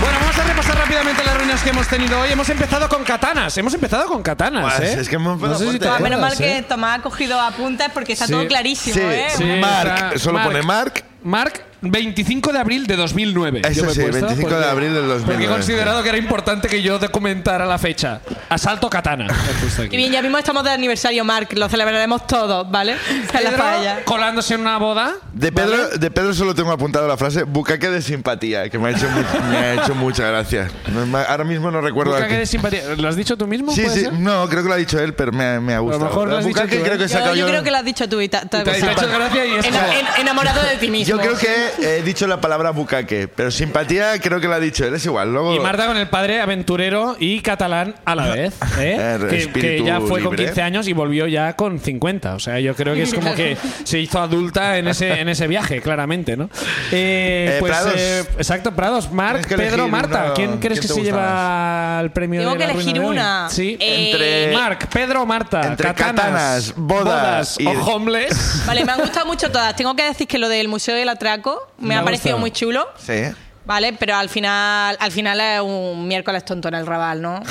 Speaker 1: Bueno, vamos a repasar rápidamente las ruinas que hemos tenido hoy. Hemos empezado con katanas. Hemos empezado con katanas,
Speaker 2: Pues,
Speaker 1: ¿eh?
Speaker 2: es que hemos empezado
Speaker 1: no sé si
Speaker 2: fuerte,
Speaker 1: te
Speaker 2: ¿eh?
Speaker 1: acuerdas,
Speaker 9: Ah, Menos mal que
Speaker 1: ¿eh?
Speaker 9: Tomás ha cogido apuntes porque está
Speaker 1: Sí.
Speaker 9: todo clarísimo,
Speaker 2: Sí,
Speaker 9: ¿eh?
Speaker 1: Sí,
Speaker 2: Mark.
Speaker 1: está-
Speaker 2: Solo
Speaker 1: Mark.
Speaker 2: pone Mark.
Speaker 1: Mark, 25 de abril de 2009.
Speaker 2: Eso
Speaker 1: Yo me he
Speaker 2: sí,
Speaker 1: puesto,
Speaker 2: 25 de abril del 2009.
Speaker 1: Porque he considerado que era importante que yo documentara la fecha. Asalto katana. me he puesto aquí.
Speaker 9: Y bien, ya mismo estamos de aniversario, Mark. Lo celebraremos todos, ¿vale? En la
Speaker 1: Pedro
Speaker 9: falla.
Speaker 1: colándose en una boda.
Speaker 2: De
Speaker 1: ¿vale?
Speaker 2: Pedro, de Pedro solo tengo apuntado la frase bucaque de simpatía, que me ha hecho, mu- me ha hecho mucha gracia. No, ma- Ahora mismo no recuerdo.
Speaker 1: Busca
Speaker 2: a
Speaker 1: que
Speaker 2: qué-
Speaker 1: de simpatía. ¿Lo has dicho tú mismo?
Speaker 2: Sí,
Speaker 1: puede
Speaker 2: sí, Mm,
Speaker 1: ser?
Speaker 2: no, creo que lo ha dicho él, pero me, ha- me ha gustado.
Speaker 1: mejor lo has dicho
Speaker 2: Bucaque
Speaker 1: tú, ¿eh?
Speaker 2: creo que he
Speaker 9: Yo,
Speaker 2: sacado
Speaker 9: yo
Speaker 2: yo.
Speaker 9: creo que lo has dicho tú y ta- ta-
Speaker 2: Y te ha
Speaker 1: Te ha hecho gracia y es
Speaker 9: En-
Speaker 1: como-
Speaker 9: en- enamorado de ti mismo.
Speaker 2: Yo creo que he dicho la palabra bucaque, pero simpatía creo que la ha dicho él, es igual. Luego,
Speaker 1: Y Marta con el padre aventurero y catalán a la vez. ¿eh?
Speaker 2: Eh,
Speaker 1: que,
Speaker 2: espíritu
Speaker 1: que ya fue con
Speaker 2: libre.
Speaker 1: 15 años y volvió ya con 50. O sea, yo creo que es como que se hizo adulta en ese, en ese viaje, claramente, ¿no? Eh,
Speaker 2: Eh,
Speaker 1: pues,
Speaker 2: Prados.
Speaker 1: eh, exacto, Prados. Marc,
Speaker 2: Tienes que
Speaker 1: Pedro,
Speaker 2: elegir
Speaker 1: Marta.
Speaker 2: uno.
Speaker 1: ¿Quién crees
Speaker 2: ¿Quién
Speaker 1: que
Speaker 2: te
Speaker 1: se
Speaker 2: gusta
Speaker 1: lleva el premio
Speaker 9: Tengo
Speaker 1: de
Speaker 9: que
Speaker 1: la
Speaker 9: elegir
Speaker 1: ruina de hoy?
Speaker 9: una.
Speaker 1: Sí.
Speaker 9: Eh,
Speaker 2: Entre-
Speaker 1: Marc, Pedro, Marta.
Speaker 2: Entre
Speaker 1: katanas,
Speaker 2: katanas, bodas y-
Speaker 1: o homeless.
Speaker 9: Vale, me han gustado mucho todas. Tengo que decir que lo del Museo del Atraco me,
Speaker 1: Me
Speaker 9: ha
Speaker 1: ha
Speaker 9: parecido
Speaker 1: gustado.
Speaker 9: muy chulo.
Speaker 2: Sí.
Speaker 9: Vale, pero al final, al final es un miércoles tonto en el rabal, ¿no?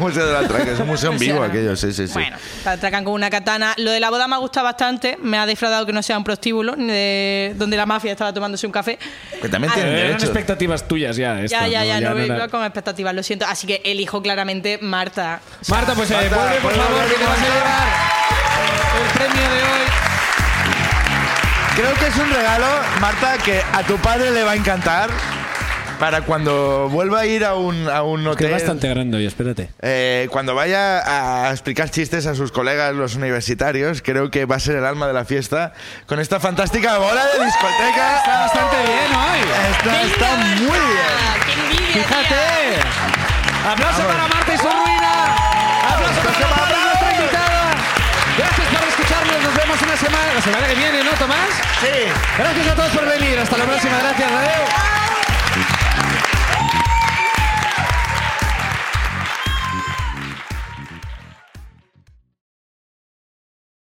Speaker 2: museo de la Traca, es un museo en vivo aquello, sí, sí, sí.
Speaker 9: Bueno, te atracan con una katana. Lo de la boda me ha gustado bastante. Me ha defraudado que no sea un prostíbulo ni de- donde la mafia estaba tomándose un café.
Speaker 2: Que también
Speaker 9: Ah,
Speaker 2: tiene
Speaker 1: Eh, Eran
Speaker 2: derecho.
Speaker 1: expectativas tuyas ya. esto,
Speaker 9: Ya, ya,
Speaker 1: ¿no?
Speaker 9: ya, no,
Speaker 1: no
Speaker 9: iba
Speaker 1: era-
Speaker 9: con expectativas, lo siento. Así que elijo claramente Marta.
Speaker 1: Marta, pues eh,
Speaker 2: Marta,
Speaker 1: vuelve, por
Speaker 2: vuelve,
Speaker 1: favor, que te vas a
Speaker 2: Marta.
Speaker 1: llevar el premio de hoy.
Speaker 2: Creo que es un regalo, Marta, que a tu padre le va a encantar para cuando vuelva a ir a un, a un
Speaker 1: Que
Speaker 2: hotel.
Speaker 1: es bastante grande hoy, espérate.
Speaker 2: Eh, cuando vaya a explicar chistes a sus colegas, los universitarios, creo que va a ser el alma de la fiesta con esta fantástica bola de discoteca.
Speaker 1: Está bastante bien hoy.
Speaker 2: Está, está
Speaker 9: ¡Venga,
Speaker 2: muy
Speaker 9: Marta!
Speaker 2: bien.
Speaker 9: ¡Qué envidia,
Speaker 1: Fíjate.
Speaker 9: tía!
Speaker 1: Aplauso para Marta y su ruina. Aplauso para Marta y nuestra invitada. Gracias por escucharnos. Nos vemos una semana, la semana que viene, ¿no, Tomás?
Speaker 2: Sí.
Speaker 1: Gracias a todos por venir. Hasta la próxima. Gracias, adiós.